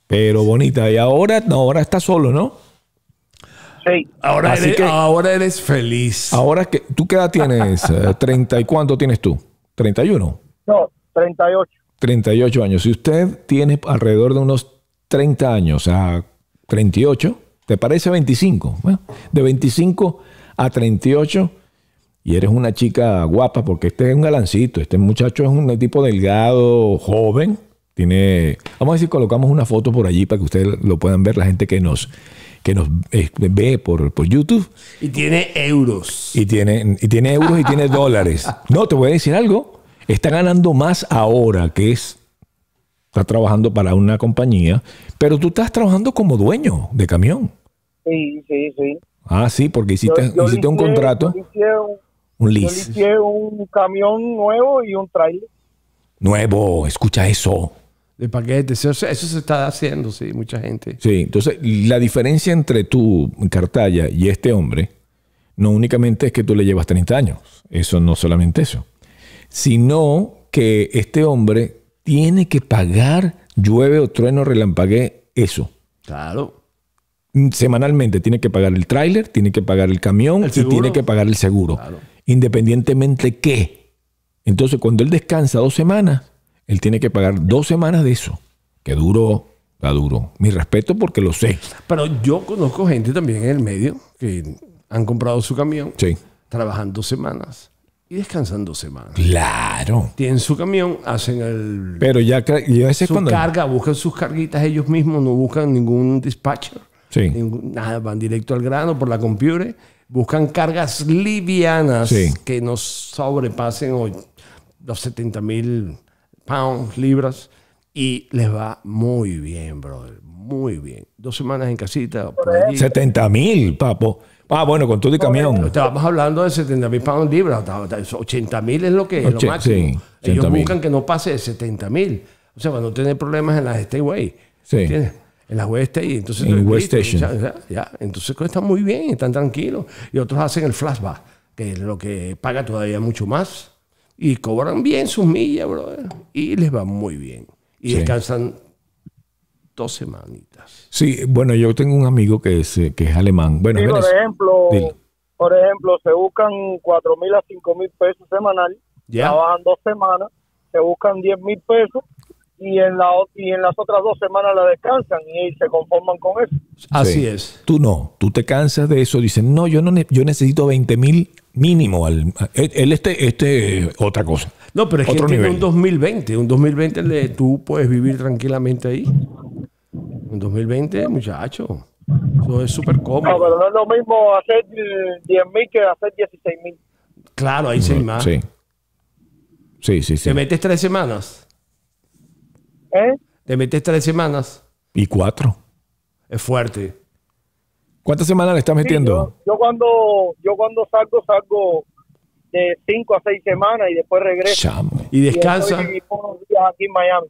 Speaker 1: Pero bonita. Y ahora, no, ahora está solo, ¿no?
Speaker 3: Sí,
Speaker 2: ahora,
Speaker 1: Así
Speaker 2: eres,
Speaker 1: que-
Speaker 2: ahora eres feliz.
Speaker 1: Ahora que tú qué edad tienes? Eh, ¿30 y cuánto tienes tú? ¿31?
Speaker 3: no, 38.
Speaker 1: 38 años. Si usted tiene alrededor de unos 30 años a 38, ¿te parece 25? Bueno, de 25 a 38 y eres una chica guapa porque este es un galancito, este muchacho es un tipo delgado, joven, tiene, vamos a decir, colocamos una foto por allí para que ustedes lo puedan ver, la gente que nos, que nos eh, ve por, por YouTube
Speaker 2: Y tiene euros.
Speaker 1: y tiene, y tiene euros y tiene dólares. No, te voy a decir algo. Está ganando más ahora, que es. Está trabajando para una compañía, pero tú estás trabajando como dueño de camión.
Speaker 3: Sí, sí, sí.
Speaker 1: Ah, sí, porque
Speaker 3: Yo-
Speaker 1: hiciste,
Speaker 3: yo le
Speaker 1: hiciste un
Speaker 3: hice-
Speaker 1: contrato,
Speaker 3: yo le hice un-
Speaker 1: un
Speaker 3: yo le
Speaker 1: lease.
Speaker 3: hice un camión nuevo y un trailer.
Speaker 1: Nuevo, escucha eso.
Speaker 2: De paquetes. Eso, eso se está haciendo, sí, mucha gente.
Speaker 1: Sí, entonces la diferencia entre tu cartalla y este hombre no únicamente es que tú le llevas 30 años, eso no solamente eso, sino que este hombre tiene que pagar, llueve o trueno, relampaguee, eso.
Speaker 2: Claro.
Speaker 1: Mm, Semanalmente tiene que pagar el tráiler, tiene que pagar el camión
Speaker 2: ¿El
Speaker 1: y
Speaker 2: seguro?
Speaker 1: tiene que pagar el seguro,
Speaker 2: Claro.
Speaker 1: independientemente qué. Entonces, cuando él descansa dos semanas, él tiene que pagar dos semanas de eso, que duro, está duro. Mi respeto porque lo sé.
Speaker 2: Pero yo conozco gente también en el medio que han comprado su camión
Speaker 1: Sí.
Speaker 2: trabajando semanas y descansan dos semanas.
Speaker 1: Claro.
Speaker 2: Tienen su camión, hacen el,
Speaker 1: Pero ya, cre- ya ese es
Speaker 2: su
Speaker 1: cuando.
Speaker 2: carga, buscan sus carguitas ellos mismos, no buscan ningún dispatcher,
Speaker 1: Sí.
Speaker 2: ningún- nada, van directo al grano por la computer, buscan cargas livianas
Speaker 1: Sí.
Speaker 2: que no sobrepasen hoy los 70 mil pounds, libras, y les va muy bien, brother, muy bien. Dos semanas en casita, por allí.
Speaker 1: 70 mil, papo. Ah, bueno, con todo y camión.
Speaker 2: Estábamos hablando de 70 mil pounds libras. 80 mil es lo que es,
Speaker 1: Oche-
Speaker 2: lo máximo.
Speaker 1: sí,
Speaker 2: Ellos
Speaker 1: 80.000.
Speaker 2: buscan que no pase de 70 mil. O sea, para no tener problemas en las Stayway.
Speaker 1: Sí.
Speaker 2: ¿entiendes? En las West Stay. Entonces,
Speaker 1: En
Speaker 2: listo,
Speaker 1: West Station.
Speaker 2: ya- ya, ya. Entonces, pues, están muy bien, están tranquilos. Y otros hacen el flashback, que es lo que paga todavía mucho más. Y cobran bien sus millas, brother. Y les va muy bien. Y
Speaker 1: Sí.
Speaker 2: descansan dos semanitas.
Speaker 1: Sí, bueno, yo tengo un amigo que es, eh, que es alemán. Bueno,
Speaker 3: Sí,
Speaker 1: es
Speaker 3: por
Speaker 1: venez-
Speaker 3: ejemplo,
Speaker 1: Dile.
Speaker 3: por ejemplo, se buscan cuatro mil a cinco mil pesos semanal,
Speaker 2: Ya.
Speaker 3: trabajan dos semanas, se buscan diez mil pesos y en la o- y en las otras dos semanas la descansan y se conforman con eso.
Speaker 2: Así
Speaker 1: Sí.
Speaker 2: es.
Speaker 1: Tú no, tú te cansas de eso. Dicen, no, yo no ne- yo necesito 20 mil mínimo. Al, él, él este, este, eh, otra cosa.
Speaker 2: No, pero es
Speaker 1: Otro
Speaker 2: que tiene
Speaker 1: nivel.
Speaker 2: un 2020. Un 2020 le- tú puedes vivir tranquilamente ahí. Un 2020, muchacho. Eso es súper
Speaker 3: No,
Speaker 2: cómodo.
Speaker 3: pero no es lo mismo hacer diez mil que hacer dieciséis mil.
Speaker 2: Claro, ahí se más.
Speaker 1: Sí. Sí, sí, sí.
Speaker 2: Te metes tres semanas.
Speaker 3: ¿Eh?
Speaker 2: Te metes tres semanas.
Speaker 1: Y cuatro.
Speaker 2: Es fuerte.
Speaker 1: ¿Cuántas semanas le estás
Speaker 3: Sí,
Speaker 1: metiendo?
Speaker 3: yo, yo cuando yo cuando salgo salgo de cinco a seis semanas y después regreso.
Speaker 1: Chamo.
Speaker 2: Y
Speaker 3: Y
Speaker 2: descansa.
Speaker 3: estoy unos días aquí en Miami.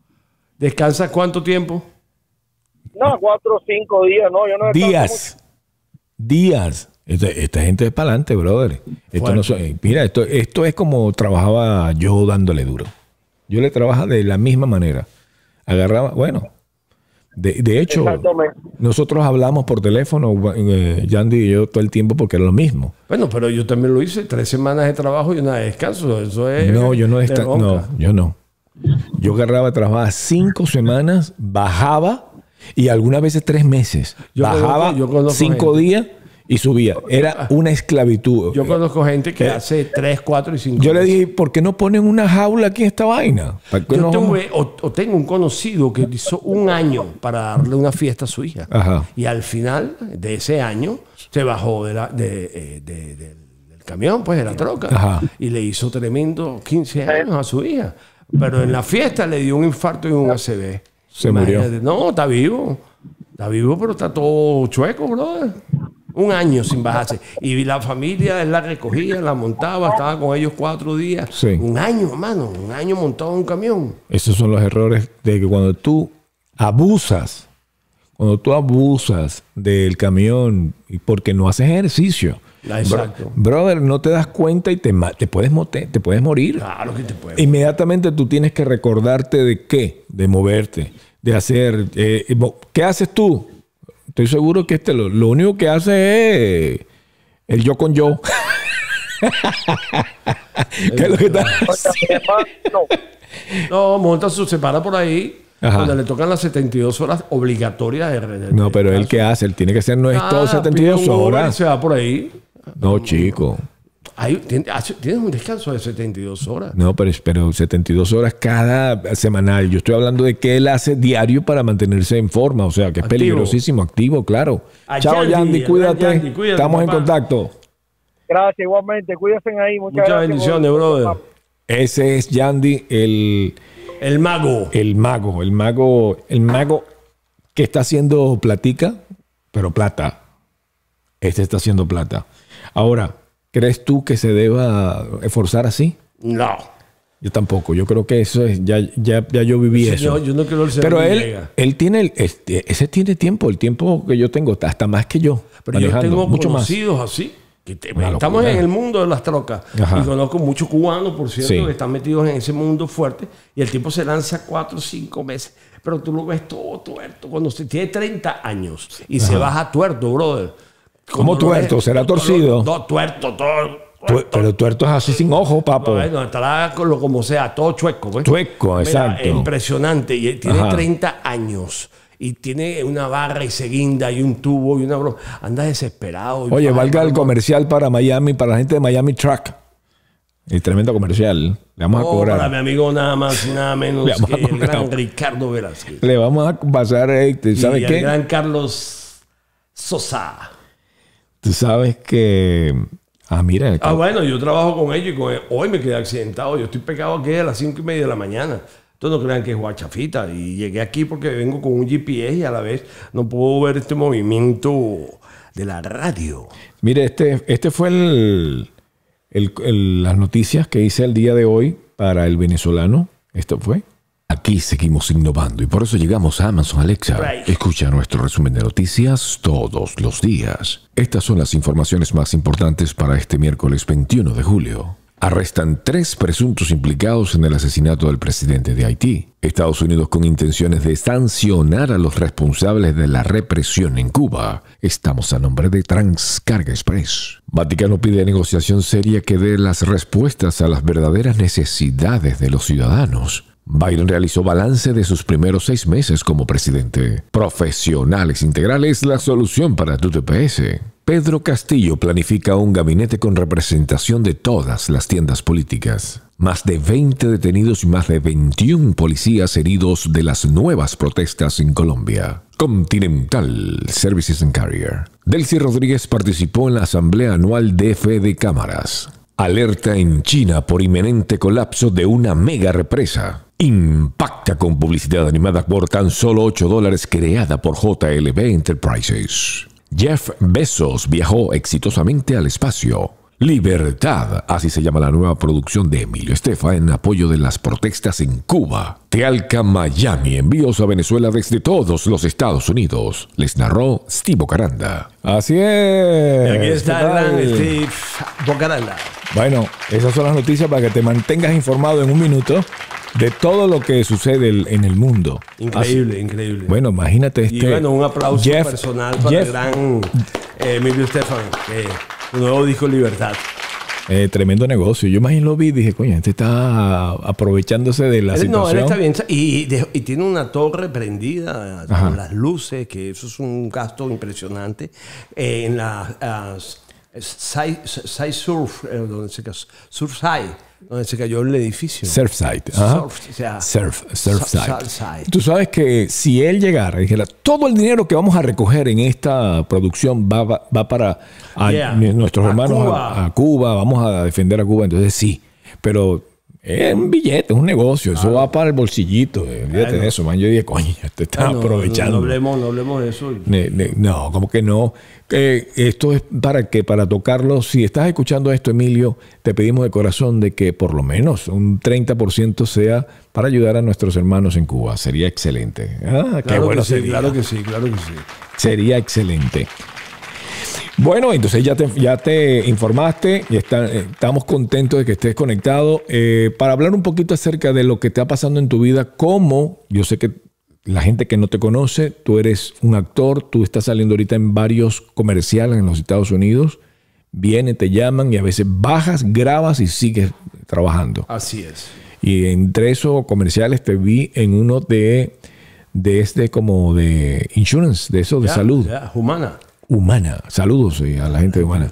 Speaker 2: ¿Descansa cuánto tiempo?
Speaker 3: No, cuatro o cinco días, no, yo no descanso mucho.
Speaker 1: Días. Días. Esta, esta gente es para adelante, brother. Esto
Speaker 2: Fuerte.
Speaker 1: no so- eh, mira, esto, esto es como trabajaba yo dándole duro. Yo le trabaja de la misma manera. Agarraba, bueno. De, de hecho,
Speaker 3: Exactamente.
Speaker 1: nosotros hablamos por teléfono, eh, Yandy y yo, todo el tiempo porque era lo mismo.
Speaker 2: Bueno, pero yo también lo hice. Tres semanas de trabajo y una de descanso. Eso es.
Speaker 1: No, yo no
Speaker 2: de
Speaker 1: esta- no,
Speaker 2: bronca.
Speaker 1: yo no. Yo agarraba, trabajaba cinco semanas, bajaba y algunas veces tres meses.
Speaker 2: Yo
Speaker 1: bajaba
Speaker 2: conozco- yo conozco
Speaker 1: cinco
Speaker 2: gente. Ah.
Speaker 1: días y subía. Era una esclavitud.
Speaker 2: Yo
Speaker 1: Yo,
Speaker 2: conozco gente que
Speaker 1: Eh,
Speaker 2: hace tres, cuatro y cinco.
Speaker 1: le
Speaker 2: meses.
Speaker 1: dije, ¿por qué no ponen una jaula aquí en esta vaina? ¿Para qué
Speaker 2: Yo
Speaker 1: nos vamos?
Speaker 2: tuve, o, o tengo un conocido que hizo un año para darle una fiesta a su hija.
Speaker 1: Ajá.
Speaker 2: Y al final de ese año se bajó de la- de, eh, de- del- del camión, pues de la troca.
Speaker 1: Ajá.
Speaker 2: Y le hizo tremendo 15 años a su hija. Pero en la fiesta le dio un infarto y un ACV.
Speaker 1: Se murió.
Speaker 2: No, está vivo. Está vivo, pero está todo chueco, brother. Un año sin bajarse. Y la familia él la recogía, la montaba, estaba con ellos cuatro días.
Speaker 1: Sí.
Speaker 2: Un año, hermano. Un año montado en un camión.
Speaker 1: Esos son los errores de que cuando tú abusas, cuando tú abusas del camión y porque no haces ejercicio.
Speaker 2: Ah, exacto.
Speaker 1: brother, no te das cuenta y te, ma- te, puedes, mote- te puedes morir.
Speaker 2: Claro que te puede.
Speaker 1: Inmediatamente tú tienes que recordarte de qué, de moverte, de hacer. eh, mo- ¿Qué haces tú? Estoy seguro que este lo, lo único que hace es el yo con yo. ¿Qué es lo que está?
Speaker 3: Oiga, mi hermano,
Speaker 2: No, monta su separa por ahí.
Speaker 1: Ajá.
Speaker 2: Cuando le tocan las 72 horas obligatorias de de-
Speaker 1: No, pero él que hace, él tiene que ser no es todo
Speaker 2: Ah,
Speaker 1: 72
Speaker 2: pide un Uber y
Speaker 1: horas.
Speaker 2: Se va por ahí.
Speaker 1: No, chico.
Speaker 2: Ahí tien- hace- tienes un descanso de 72 horas.
Speaker 1: No, pero, pero 72 horas cada semanal. Yo estoy hablando de que él hace diario para mantenerse en forma. O sea, que es
Speaker 2: Activo.
Speaker 1: peligrosísimo, activo, claro.
Speaker 2: A
Speaker 1: Chao,
Speaker 2: Yandy,
Speaker 1: Yandy,
Speaker 2: a
Speaker 1: cuídate.
Speaker 2: Yandy, cuídate,
Speaker 1: Estamos en
Speaker 2: papá.
Speaker 1: contacto.
Speaker 3: Gracias, igualmente. Cuídense ahí. Muchas,
Speaker 2: Muchas
Speaker 3: gracias,
Speaker 2: bendiciones, eh, brother.
Speaker 1: Ese es Yandy, el,
Speaker 2: El mago.
Speaker 1: el mago, el mago, el mago que está haciendo platica, pero plata. Este está haciendo plata. Ahora, ¿crees tú que se deba esforzar así?
Speaker 2: No.
Speaker 1: Yo tampoco. Yo creo que eso es, ya, ya, ya yo viví eso.
Speaker 2: Yo, yo no quiero el
Speaker 1: pero
Speaker 2: cerebro
Speaker 1: él,
Speaker 2: llega.
Speaker 1: él tiene, el- este, ese tiene tiempo, el tiempo que yo tengo, hasta más que yo.
Speaker 2: Pero yo
Speaker 1: manejando,
Speaker 2: tengo
Speaker 1: mucho más.
Speaker 2: conocidos así. que te-
Speaker 1: Una
Speaker 2: estamos
Speaker 1: locura.
Speaker 2: en el mundo de las trocas.
Speaker 1: Ajá.
Speaker 2: Y conozco muchos cubanos, por cierto,
Speaker 1: Sí.
Speaker 2: que están metidos en ese mundo fuerte. Y el tipo se lanza cuatro o cinco meses. Pero tú lo ves todo tuerto. Cuando se tiene 30 años y se baja tuerto, brother.
Speaker 1: ¿Cómo
Speaker 2: Cuando lo
Speaker 1: tuerto?
Speaker 2: ves-
Speaker 1: ¿Será
Speaker 2: cuando lo-
Speaker 1: torcido?
Speaker 2: No, tuerto, todo.
Speaker 1: Tu- pero tuerto es así sin ojo, papo.
Speaker 2: Bueno, estará con lo como sea, todo chueco. pues.
Speaker 1: Chueco, exacto.
Speaker 2: Impresionante. Y él tiene
Speaker 1: Ajá.
Speaker 2: 30 años. Y tiene una barra y se guinda y un tubo y una broma. Anda desesperado. y
Speaker 1: Oye,
Speaker 2: para-
Speaker 1: valga el comercial para Miami, para la gente de Miami Truck. El tremendo comercial. Le vamos a
Speaker 2: Oh, Para
Speaker 1: cobrar.
Speaker 2: mi amigo nada más y nada menos
Speaker 1: Le vamos
Speaker 2: que
Speaker 1: a
Speaker 2: el
Speaker 1: cobrar.
Speaker 2: gran Ricardo Velázquez.
Speaker 1: Le vamos a pasar, eh, ¿tú
Speaker 2: y
Speaker 1: ¿sabes
Speaker 2: el
Speaker 1: qué?
Speaker 2: gran Carlos Sosa.
Speaker 1: Tú sabes que. Ah, mira, el
Speaker 2: Ah, bueno, yo trabajo con ellos y con hoy me quedé accidentado. Yo estoy pegado aquí a las 5 y media de la mañana. Entonces no crean que es guachafita. Y llegué aquí porque vengo con un GPS y a la vez no puedo ver este movimiento de la radio.
Speaker 1: Mire, este, este fue el, el- el- las noticias que hice el día de hoy para el venezolano. Esto fue. Aquí seguimos innovando y por eso llegamos a Amazon Alexa.
Speaker 2: Right.
Speaker 1: Escucha nuestro resumen de noticias todos los días. Estas son las informaciones más importantes para este miércoles 21 de julio. Arrestan tres presuntos implicados en el asesinato del presidente de Haití. Estados Unidos con intenciones de sancionar a los responsables de la represión en Cuba. Estamos a nombre de Transcarga Express. Vaticano pide negociación seria que dé las respuestas a las verdaderas necesidades de los ciudadanos. Biden realizó balance de sus primeros seis meses como presidente. Profesionales integrales, la solución para tu TPS. Pedro Castillo planifica un gabinete con representación de todas las tiendas políticas. Más de 20 detenidos y más de 21 policías heridos de las nuevas protestas en Colombia. Continental Services and Carrier. Delcy Rodríguez participó en la Asamblea Anual de Fe de Cámaras. Alerta en China por inminente colapso de una mega represa. Impacta con publicidad animada por tan solo 8 dólares creada por JLB Enterprises. Jeff Bezos viajó exitosamente al espacio. Libertad, así se llama la nueva producción de Emilio Estefa en apoyo de las protestas en Cuba. Tealca, Miami, envíos a Venezuela desde todos los Estados Unidos. Les narró Steve Caranda. Así es.
Speaker 2: Aquí está
Speaker 1: Eh, ¿Qué
Speaker 2: el gran
Speaker 1: tal?
Speaker 2: Steve Bocaranda.
Speaker 1: Bueno, esas son las noticias para que te mantengas informado en un minuto de todo lo que sucede el- en el mundo.
Speaker 2: Increíble, increíble.
Speaker 1: Así- bueno, imagínate este.
Speaker 2: y bueno, un aplauso
Speaker 1: Jeff-
Speaker 2: personal para
Speaker 1: Jeff,
Speaker 2: el gran eh, Emilio Estefan, que su nuevo disco Libertad.
Speaker 1: eh, tremendo negocio. Yo imagino lo vi y dije, coño, este está aprovechándose de la
Speaker 2: Él- no, él
Speaker 1: situación.
Speaker 2: está bien. Y, de- y tiene una torre prendida
Speaker 1: Ajá.
Speaker 2: con las luces, que eso es un gasto impresionante. Eh, en la ah, s- Sai Sai Surf, eh, donde se cayó, Surfside, donde se cayó el edificio.
Speaker 1: Surfside. ajá.
Speaker 2: Surf, o sea,
Speaker 1: Surf, Surfside.
Speaker 2: Sur- Surfside.
Speaker 1: Tú sabes que si él llegara y dijera, todo el dinero que vamos a recoger en esta producción va, va- va para a
Speaker 2: Yeah.
Speaker 1: n- nuestros
Speaker 2: A
Speaker 1: hermanos
Speaker 2: Cuba.
Speaker 1: A, a Cuba, vamos a defender a Cuba, entonces sí, pero es un billete, es un negocio, eso va para el bolsillito, eh, olvídate de eso, man. Yo dije, coño, te
Speaker 2: Ah,
Speaker 1: estás
Speaker 2: no,
Speaker 1: aprovechando.
Speaker 2: No, no hablemos, no hablemos de eso.
Speaker 1: Ne- ne- No, como que no. Eh, esto es para que, para tocarlo, si estás escuchando esto, Emilio, te pedimos de corazón de que por lo menos un 30% sea para ayudar a nuestros hermanos en Cuba. Sería excelente. Ah, qué
Speaker 2: Claro
Speaker 1: bueno
Speaker 2: que sí,
Speaker 1: sería.
Speaker 2: claro que sí, claro que sí.
Speaker 1: Sería excelente. Bueno, entonces ya te, ya te informaste y está- eh, estamos contentos de que estés conectado. Eh, para hablar un poquito acerca de lo que está pasando en tu vida, cómo, yo sé que la gente que no te conoce, tú eres un actor, tú estás saliendo ahorita en varios comerciales en los Estados Unidos, vienen, te llaman y a veces bajas, grabas y sigues trabajando.
Speaker 2: Así es.
Speaker 1: Y entre esos comerciales te vi en uno de, de este como de insurance, de eso de
Speaker 2: Ya,
Speaker 1: salud.
Speaker 2: ya, humana.
Speaker 1: Humana. Saludos eh, a la gente de Humana.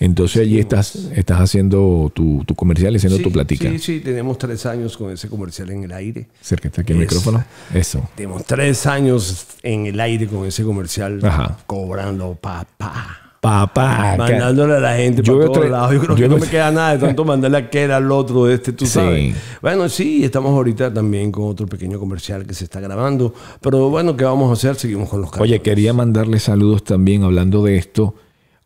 Speaker 1: Entonces allí estás, estás haciendo tu, tu comercial y haciendo tu platica.
Speaker 2: Sí, sí, tenemos tres años con ese comercial en el aire.
Speaker 1: Acércate aquí al
Speaker 2: Es-
Speaker 1: micrófono. Eso.
Speaker 2: Tenemos tres años en el aire con ese comercial,
Speaker 1: Ajá.
Speaker 2: cobrando papá.
Speaker 1: Papá. acá-
Speaker 2: Mandándole a la gente
Speaker 1: Yo
Speaker 2: para
Speaker 1: veo
Speaker 2: todos
Speaker 1: tres-
Speaker 2: lados. Yo creo
Speaker 1: yo
Speaker 2: que no
Speaker 1: veo-
Speaker 2: me queda nada de tanto mandarle a que era al otro de este, tú
Speaker 1: Sí.
Speaker 2: sabes. Bueno, sí, estamos ahorita también con otro pequeño comercial que se está grabando. Pero bueno, ¿qué vamos a hacer? Seguimos con los
Speaker 1: Oye, quería mandarle saludos también hablando de esto,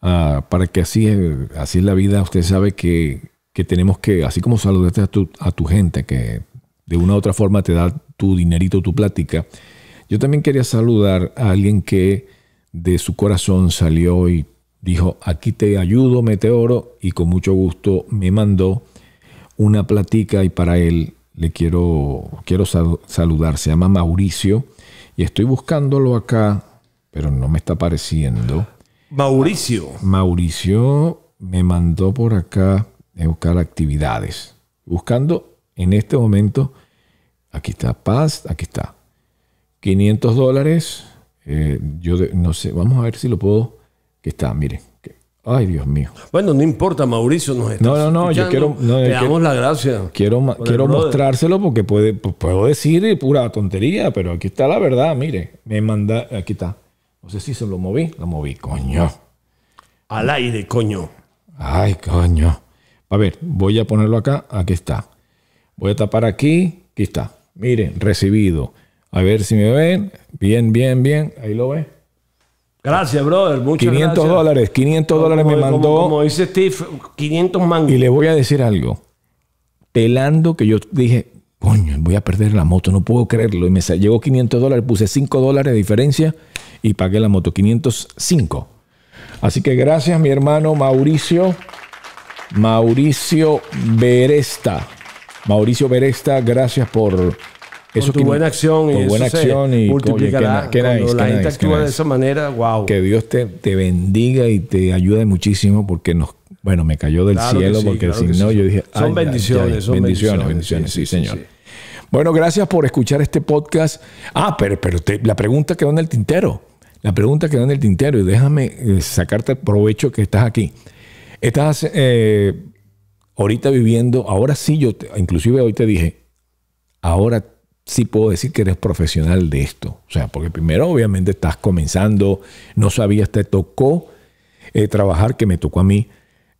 Speaker 1: ah, para que así, es- así es la vida. Usted sabe que, que tenemos que, así como saludarte a tu, a tu gente, que de una u otra forma te da tu dinerito, tu plática. Yo también quería saludar a alguien que de su corazón salió y dijo, aquí te ayudo, Meteoro, y con mucho gusto me mandó una platica y para él le quiero, quiero sal- saludar. Se llama Mauricio y estoy buscándolo acá, pero no me está apareciendo.
Speaker 2: Mauricio.
Speaker 1: Mauricio me mandó por acá a buscar actividades. Buscando en este momento, aquí está Paz, aquí está. 500 dólares. eh, yo de- no sé, vamos a ver si lo puedo. Que está, miren. que- Ay, Dios mío.
Speaker 2: Bueno, no importa, Mauricio nos está
Speaker 1: No, no, no, yo quiero- no, yo
Speaker 2: Te
Speaker 1: quiero-
Speaker 2: damos la gracia.
Speaker 1: Quiero, ma-
Speaker 2: Por el
Speaker 1: quiero
Speaker 2: brother.
Speaker 1: mostrárselo porque puede, pu- puedo decir pura tontería, pero aquí está la verdad. Mire, me manda. Aquí está. No sé si se lo moví. Lo moví, coño.
Speaker 2: Al aire, coño.
Speaker 1: Ay, coño. A ver, voy a ponerlo acá. Aquí está. Voy a tapar aquí. Aquí está. Miren, recibido. A ver si me ven. Bien, bien, bien. Ahí lo ves.
Speaker 2: Gracias, brother. Muchas
Speaker 1: 500
Speaker 2: gracias.
Speaker 1: dólares. 500 dólares me
Speaker 2: Como- como-
Speaker 1: mandó.
Speaker 2: Como dice Steve, 500 mangos.
Speaker 1: Y le voy a decir algo. Pelando que yo dije, coño, voy a perder la moto, no puedo creerlo. Y me sa- llegó 500 dólares, puse 5 dólares de diferencia y pagué la moto, 505. Así que gracias, mi hermano Mauricio. Mauricio Beresta. Mauricio Beresta, gracias por
Speaker 2: Por
Speaker 1: eso
Speaker 2: tu buena acción.
Speaker 1: por
Speaker 2: y
Speaker 1: buena
Speaker 2: eso se
Speaker 1: acción y coño, qué
Speaker 2: multiplicará.
Speaker 1: na- qué
Speaker 2: Cuando
Speaker 1: nice,
Speaker 2: la
Speaker 1: qué
Speaker 2: gente
Speaker 1: nice, qué
Speaker 2: actúa de
Speaker 1: nice.
Speaker 2: esa manera, wow.
Speaker 1: Que Dios te, te bendiga y te ayude muchísimo porque nos, bueno, me cayó del
Speaker 2: Claro que
Speaker 1: cielo
Speaker 2: sí,
Speaker 1: porque
Speaker 2: claro
Speaker 1: si
Speaker 2: que
Speaker 1: no
Speaker 2: sí.
Speaker 1: yo dije,
Speaker 2: Son bendiciones,
Speaker 1: bendiciones,
Speaker 2: son bendiciones,
Speaker 1: bendiciones, sí,
Speaker 2: sí, sí,
Speaker 1: señor. Bueno, gracias por escuchar este podcast. Ah, pero, pero te- la pregunta quedó en el tintero. La pregunta quedó en el tintero y déjame eh, sacarte el provecho que estás aquí. Estás eh, ahorita viviendo, ahora sí yo, te- inclusive hoy te dije, ahora sí puedo decir que eres profesional de esto. O sea, porque primero obviamente estás comenzando, no sabías, te tocó eh, trabajar, que me tocó a mí,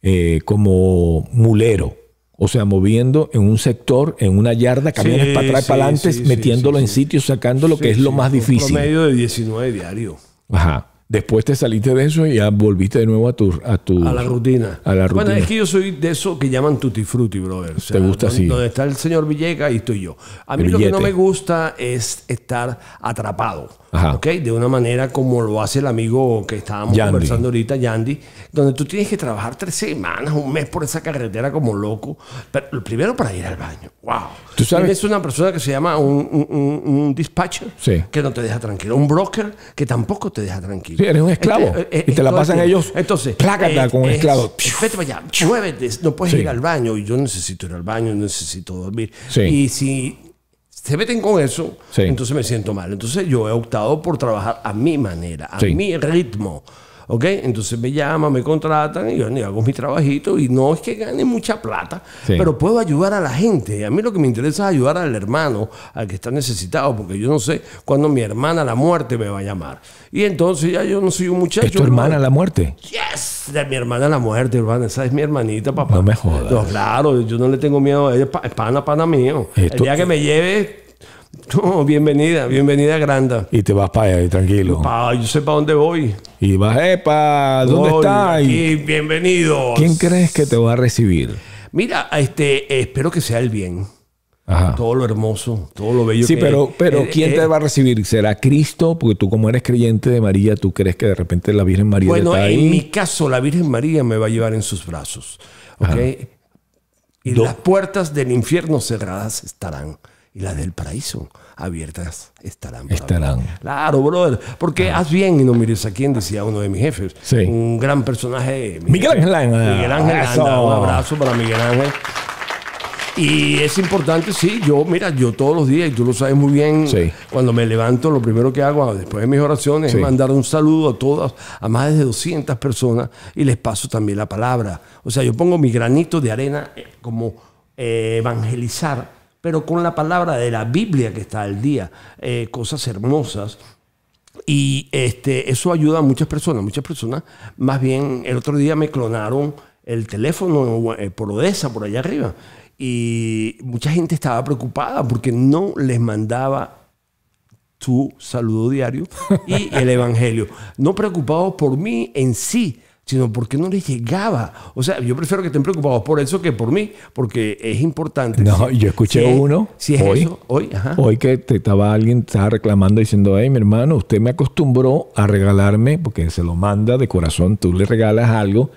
Speaker 1: eh, como mulero. O sea, moviendo en un sector, en una yarda, camiones
Speaker 2: Sí,
Speaker 1: para atrás y
Speaker 2: sí,
Speaker 1: para adelante,
Speaker 2: sí, sí,
Speaker 1: metiéndolo
Speaker 2: sí,
Speaker 1: en
Speaker 2: sí.
Speaker 1: sitios, sacando lo que
Speaker 2: Sí,
Speaker 1: es lo
Speaker 2: sí,
Speaker 1: más
Speaker 2: un
Speaker 1: difícil.
Speaker 2: Promedio de 19 diario.
Speaker 1: Ajá. Después te saliste de eso y ya volviste de nuevo a tu... A, tu,
Speaker 2: A la rutina.
Speaker 1: A la
Speaker 2: Bueno,
Speaker 1: rutina.
Speaker 2: es que yo soy de eso que llaman tutti frutti, brother. O sea,
Speaker 1: Te gusta
Speaker 2: donde,
Speaker 1: así.
Speaker 2: Donde está el señor Villegas y estoy yo. A mí
Speaker 1: El
Speaker 2: lo que no
Speaker 1: billete.
Speaker 2: me gusta es estar atrapado.
Speaker 1: Ajá.
Speaker 2: ¿Ok? De una manera como lo hace el amigo que estábamos
Speaker 1: Yandy.
Speaker 2: conversando ahorita, Yandy, donde tú tienes que trabajar tres semanas, un mes por esa carretera como loco. Pero lo primero para ir al baño. ¡Wow!
Speaker 1: Tú sabes-
Speaker 2: Tienes una persona que se llama un, un- un- un dispatcher
Speaker 1: Sí.
Speaker 2: que no te deja tranquilo. Un broker que tampoco te deja tranquilo.
Speaker 1: Sí, eres un esclavo. Y te la
Speaker 2: todo el
Speaker 1: pasan
Speaker 2: tiempo.
Speaker 1: ellos,
Speaker 2: Entonces, eh,
Speaker 1: plácata, con un esclavo.
Speaker 2: Vete para allá, muévete, no puedes
Speaker 1: Sí.
Speaker 2: ir al baño. Y yo necesito ir al baño, necesito dormir.
Speaker 1: Sí.
Speaker 2: Y si se meten con eso,
Speaker 1: Sí.
Speaker 2: entonces me siento mal. Entonces yo he optado por trabajar a mi manera, a
Speaker 1: Sí.
Speaker 2: mi ritmo. ¿Ok? Entonces me llaman, me contratan y yo bueno, y hago mi trabajito. Y no es que gane mucha plata,
Speaker 1: Sí.
Speaker 2: pero puedo ayudar a la gente. A mí lo que me interesa es ayudar al hermano, al que está necesitado, porque yo no sé cuándo mi hermana, la muerte, me va a llamar. Y entonces ya yo no soy un muchacho.
Speaker 1: es tu hermana
Speaker 2: brother.
Speaker 1: la muerte.
Speaker 2: Yes, de mi hermana la muerte, hermana. Esa es mi hermanita, papá.
Speaker 1: No me jodas.
Speaker 2: No, claro, yo no le tengo miedo a ella. pa- Es pana, pana mío.
Speaker 1: Eh,
Speaker 2: El
Speaker 1: tú-
Speaker 2: día que me lleve, no, bienvenida, bienvenida, Granda.
Speaker 1: Y te vas para allá, tranquilo.
Speaker 2: Pa, yo sé para dónde voy.
Speaker 1: Y vas, epa, ¿dónde
Speaker 2: Voy
Speaker 1: está? Y-
Speaker 2: Aquí, bienvenidos.
Speaker 1: ¿Quién crees que te va a recibir?
Speaker 2: Mira, este, espero que sea el bien.
Speaker 1: Ajá.
Speaker 2: Todo lo hermoso, todo lo bello.
Speaker 1: Ah. Sí,
Speaker 2: que-
Speaker 1: pero, pero
Speaker 2: eh,
Speaker 1: ¿quién
Speaker 2: eh,
Speaker 1: te va a recibir? ¿Será Cristo? Porque tú como eres creyente de María, tú crees que de repente la Virgen María
Speaker 2: Bueno,
Speaker 1: está
Speaker 2: en
Speaker 1: ahí.
Speaker 2: mi caso, la Virgen María me va a llevar en sus brazos. ¿ok? Y las puertas del infierno cerradas estarán. Y las del paraíso abiertas estarán. para
Speaker 1: Estarán. Ah.
Speaker 2: mí. Claro, brother. Porque haz bien y no mires a quién, decía uno de mis jefes.
Speaker 1: Sí.
Speaker 2: Un gran personaje. mi
Speaker 1: Miguel
Speaker 2: jefe.
Speaker 1: Ángel Landa.
Speaker 2: Miguel Ángel Landa.
Speaker 1: Eso.
Speaker 2: Un abrazo para Miguel Ángel. Y es importante, sí, yo, mira, yo todos los días, y tú lo sabes muy bien,
Speaker 1: Sí.
Speaker 2: cuando me levanto, lo primero que hago ah, después de mis oraciones
Speaker 1: Sí.
Speaker 2: es mandar un saludo a todas, a más de 200 personas, y les paso también la palabra. O sea, yo pongo mi granito de arena eh, como eh, evangelizar, pero con la palabra de la Biblia que está al día, eh, cosas hermosas. Y este, eso ayuda a muchas personas. Muchas personas, más bien, el otro día me clonaron el teléfono eh, por Odessa, por allá arriba. Y mucha gente estaba preocupada porque no les mandaba tu saludo diario y el evangelio. No preocupados por mí en sí, sino porque no les llegaba. O sea, yo prefiero que estén preocupados por eso que por mí, porque es importante.
Speaker 1: No,
Speaker 2: Si-
Speaker 1: yo escuché
Speaker 2: si es-
Speaker 1: uno
Speaker 2: Si es
Speaker 1: hoy.
Speaker 2: eso, hoy, ajá.
Speaker 1: Hoy que te estaba alguien estaba reclamando diciendo, hey, mi hermano, usted me acostumbró a regalarme, porque se lo manda de corazón, tú le regalas algo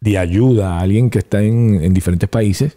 Speaker 1: de ayuda a alguien que está en, en diferentes países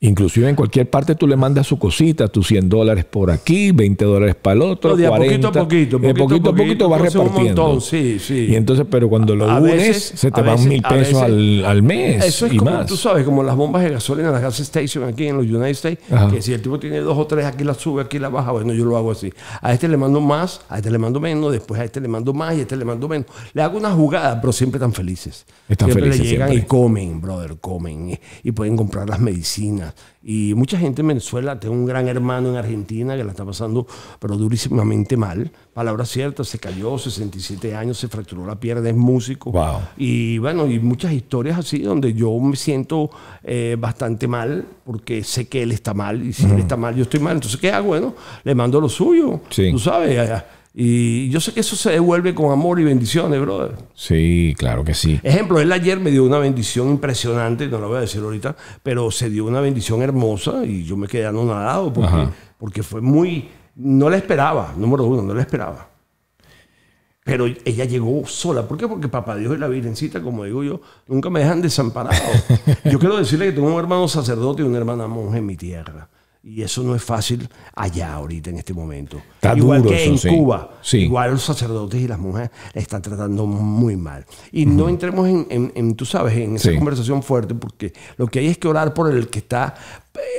Speaker 1: Inclusive en cualquier parte tú le mandas su cosita, tus 100 dólares por aquí, 20 dólares para el otro,
Speaker 2: No, de a
Speaker 1: 40.
Speaker 2: poquito a poquito,
Speaker 1: de poquito a poquito vas
Speaker 2: pues, un
Speaker 1: repartiendo.
Speaker 2: montón, sí, sí.
Speaker 1: Y entonces, pero cuando lo
Speaker 2: A
Speaker 1: unes,
Speaker 2: veces-
Speaker 1: se te
Speaker 2: a
Speaker 1: van
Speaker 2: veces-
Speaker 1: mil
Speaker 2: a
Speaker 1: pesos
Speaker 2: veces-
Speaker 1: al, al mes
Speaker 2: Eso es
Speaker 1: y
Speaker 2: como,
Speaker 1: más.
Speaker 2: tú sabes, como las bombas de gasolina en las gas station aquí en los United States,
Speaker 1: Ajá.
Speaker 2: que si el tipo tiene dos o tres, aquí la sube, aquí la baja, bueno, yo lo hago así. A este le mando más, a este le mando menos, después a este le mando más y a este le mando menos. Le hago una jugada, pero siempre están felices.
Speaker 1: Están
Speaker 2: siempre
Speaker 1: felices,
Speaker 2: le llegan
Speaker 1: siempre.
Speaker 2: y comen, brother, comen y, y pueden comprar las medicinas. Y mucha gente en Venezuela, tengo un gran hermano en Argentina que la está pasando, pero durísimamente mal. Palabra cierta, se cayó, 67 años, se fracturó la pierna, es músico.
Speaker 1: Wow.
Speaker 2: Y bueno, y muchas historias así donde yo me siento eh, bastante mal porque sé que él está mal y si él está mal, yo estoy mal. Entonces, ¿qué hago? Bueno, le mando lo suyo.
Speaker 1: Sí.
Speaker 2: Tú sabes. eh, Y yo sé que eso se devuelve con amor y bendiciones, brother.
Speaker 1: Sí, claro que sí.
Speaker 2: Ejemplo, él ayer me dio una bendición impresionante, no la voy a decir ahorita, pero se dio una bendición hermosa y yo me quedé anonadado porque,
Speaker 1: Ajá.
Speaker 2: porque fue muy. No la esperaba, número uno, no la esperaba. Pero ella llegó sola. ¿Por qué? Porque Papá Dios y la Virgencita, como digo yo, nunca me dejan desamparado. Yo quiero decirle que tengo un hermano sacerdote y una hermana monja en mi tierra. Y eso no es fácil allá ahorita en este momento.
Speaker 1: Está
Speaker 2: igual
Speaker 1: duro
Speaker 2: que
Speaker 1: eso,
Speaker 2: en
Speaker 1: sí.
Speaker 2: Cuba.
Speaker 1: Sí.
Speaker 2: Igual a los sacerdotes y las monjas la están tratando muy mal. Y no entremos en, en- en, tú sabes, en esa
Speaker 1: Sí.
Speaker 2: conversación fuerte, porque lo que hay es que orar por el que está.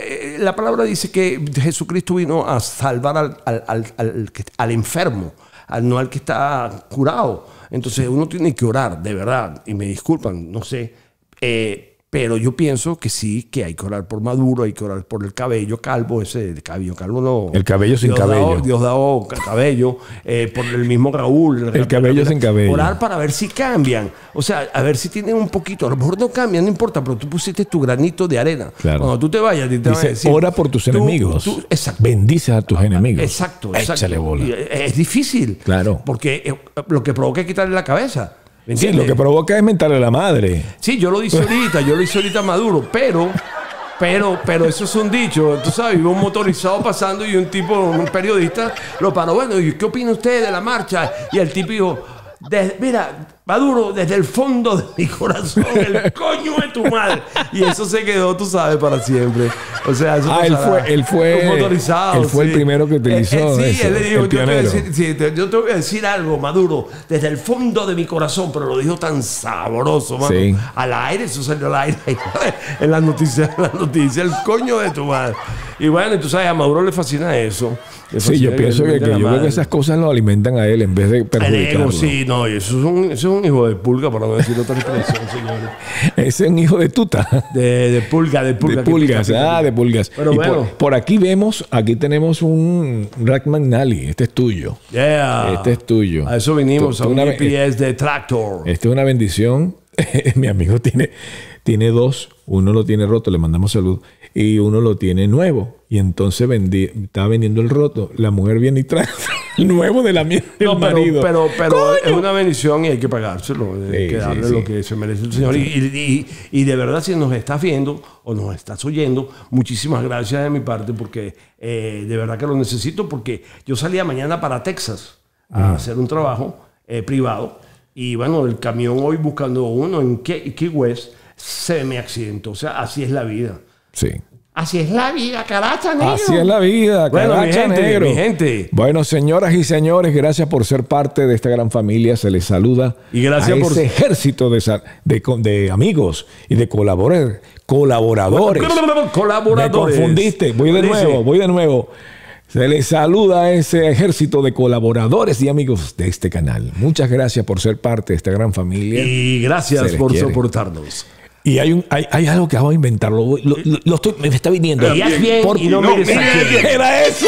Speaker 2: eh, La palabra dice que Jesucristo vino a salvar al, al- al- al que- al enfermo, al, no al que está curado. Entonces uno tiene que orar, de verdad. Y me disculpan, no sé. eh, pero yo pienso que sí, que hay que orar por Maduro, hay que orar por el cabello calvo, ese el cabello calvo no.
Speaker 1: El cabello sin
Speaker 2: Diosdado-
Speaker 1: cabello.
Speaker 2: Diosdado Cabello, eh, por el mismo Raúl.
Speaker 1: El cabello sin cabello.
Speaker 2: Orar para ver si cambian. O sea, a ver si tienen un poquito. A lo mejor no cambian, no importa, pero tú pusiste tu granito de arena.
Speaker 1: Claro.
Speaker 2: Cuando tú te vayas, a ti te van a
Speaker 1: Dice,
Speaker 2: decir,
Speaker 1: ora por tus
Speaker 2: tú-
Speaker 1: enemigos.
Speaker 2: tú- exacto.
Speaker 1: Bendice a tus enemigos.
Speaker 2: Exacto, exacto.
Speaker 1: Échale bola.
Speaker 2: Y, eh, Es difícil.
Speaker 1: Claro.
Speaker 2: Porque eh, lo que provoca es quitarle la cabeza. ¿me
Speaker 1: Sí,
Speaker 2: entiendes?
Speaker 1: lo que provoca es mentarle a la madre.
Speaker 2: Sí, yo lo hice ahorita, yo lo hice ahorita Maduro, pero, pero, pero eso es un dicho. Tú sabes, iba un motorizado pasando y un tipo, un periodista, lo paró. Bueno, ¿y qué opina usted de la marcha? Y el tipo dijo, "Des- mira, Maduro, desde el fondo de mi corazón, el coño de tu madre. Y eso se quedó, tú sabes, para siempre. O sea, eso
Speaker 1: Ah, él
Speaker 2: pasará.
Speaker 1: fue- él fue-
Speaker 2: Un motorizado.
Speaker 1: él fue el primero que utilizó
Speaker 2: Él- él- sí,
Speaker 1: eso,
Speaker 2: él le dijo,
Speaker 1: el
Speaker 2: "Yo te voy a
Speaker 1: pionero".
Speaker 2: decir- Sí, te- yo te voy a decir algo, Maduro, desde el fondo de mi corazón, pero lo dijo tan sabroso, mano.
Speaker 1: Sí.
Speaker 2: Al aire, eso salió al aire. en las noticias, en las noticias, el coño de tu madre. Y bueno, y tú sabes, a Maduro le fascina eso. Le
Speaker 1: Sí,
Speaker 2: fascina
Speaker 1: yo pienso
Speaker 2: le
Speaker 1: que, que
Speaker 2: metan la
Speaker 1: yo creo que
Speaker 2: madre.
Speaker 1: esas cosas lo alimentan a él en vez de
Speaker 2: El ego,
Speaker 1: perjudicarlo.
Speaker 2: sí, no, y eso es, un, eso es un hijo de pulga, para no decir otra expresión, señores.
Speaker 1: Ese es un hijo de tuta.
Speaker 2: De, de pulga, de pulga.
Speaker 1: De
Speaker 2: que
Speaker 1: pulgas,
Speaker 2: pica, pica,
Speaker 1: ah,
Speaker 2: pica.
Speaker 1: de pulgas.
Speaker 2: Pero
Speaker 1: Y
Speaker 2: bueno.
Speaker 1: por, por aquí vemos, aquí tenemos un Rackman Nally. Este es tuyo.
Speaker 2: Yeah.
Speaker 1: Este es tuyo.
Speaker 2: Ah. A eso vinimos,
Speaker 1: Tú-
Speaker 2: a
Speaker 1: tú
Speaker 2: un E
Speaker 1: una vez-
Speaker 2: GPS de Tractor.
Speaker 1: Esta es una bendición. Mi amigo tiene, tiene dos. Uno lo tiene roto, le mandamos salud. Y uno lo tiene nuevo. Y entonces vendí, estaba vendiendo el roto. La mujer viene y trae el nuevo de la mierda del
Speaker 2: No, pero,
Speaker 1: marido.
Speaker 2: pero, pero es una bendición y hay que pagárselo. hay
Speaker 1: Sí,
Speaker 2: que darle
Speaker 1: sí, sí.
Speaker 2: lo que se merece el Señor. Y, y- y- y de verdad, si nos estás viendo o nos estás oyendo, muchísimas gracias de mi parte porque eh, de verdad que lo necesito porque yo salía mañana para Texas a hacer un trabajo eh, privado y bueno, el camión hoy buscando uno en Key Key West se me accidentó. O sea, así es la vida.
Speaker 1: Sí.
Speaker 2: Así es la vida, caracha, negro.
Speaker 1: Así es la vida,
Speaker 2: Bueno, mi
Speaker 1: caracha,
Speaker 2: gente,
Speaker 1: negro.
Speaker 2: mi gente.
Speaker 1: Bueno, señoras y señores, gracias por ser parte de esta gran familia. Se les saluda
Speaker 2: Y gracias
Speaker 1: a
Speaker 2: por-
Speaker 1: ese ejército de, sa- de, con- de amigos y de colaboradores. Colaboradores. Me
Speaker 2: Colaboradores.
Speaker 1: confundiste. Voy de
Speaker 2: Dice,
Speaker 1: nuevo, voy de nuevo. Se les saluda a ese ejército de colaboradores y amigos de este canal. Muchas gracias por ser parte de esta gran familia.
Speaker 2: Y
Speaker 1: Se
Speaker 2: gracias
Speaker 1: les
Speaker 2: por
Speaker 1: quiere.
Speaker 2: soportarnos.
Speaker 1: Y hay, un, hay, hay algo que acabo de inventar. Lo, voy- lo- lo- lo estoy, me está viniendo.
Speaker 2: Y haz bien y no mires a quién.
Speaker 1: Era eso.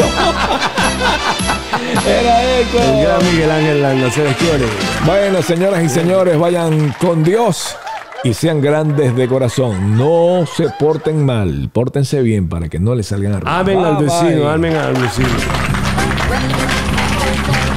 Speaker 1: Era
Speaker 2: El gran
Speaker 1: eso.
Speaker 2: Miguel Ángel Landa, se les quiere.
Speaker 1: Bueno, señoras y señores, vayan con Dios y sean grandes de corazón. No se porten mal. Pórtense bien para que no les salgan a
Speaker 2: Amen al vecino, amen al vecino.
Speaker 4: Ready to rock and roll,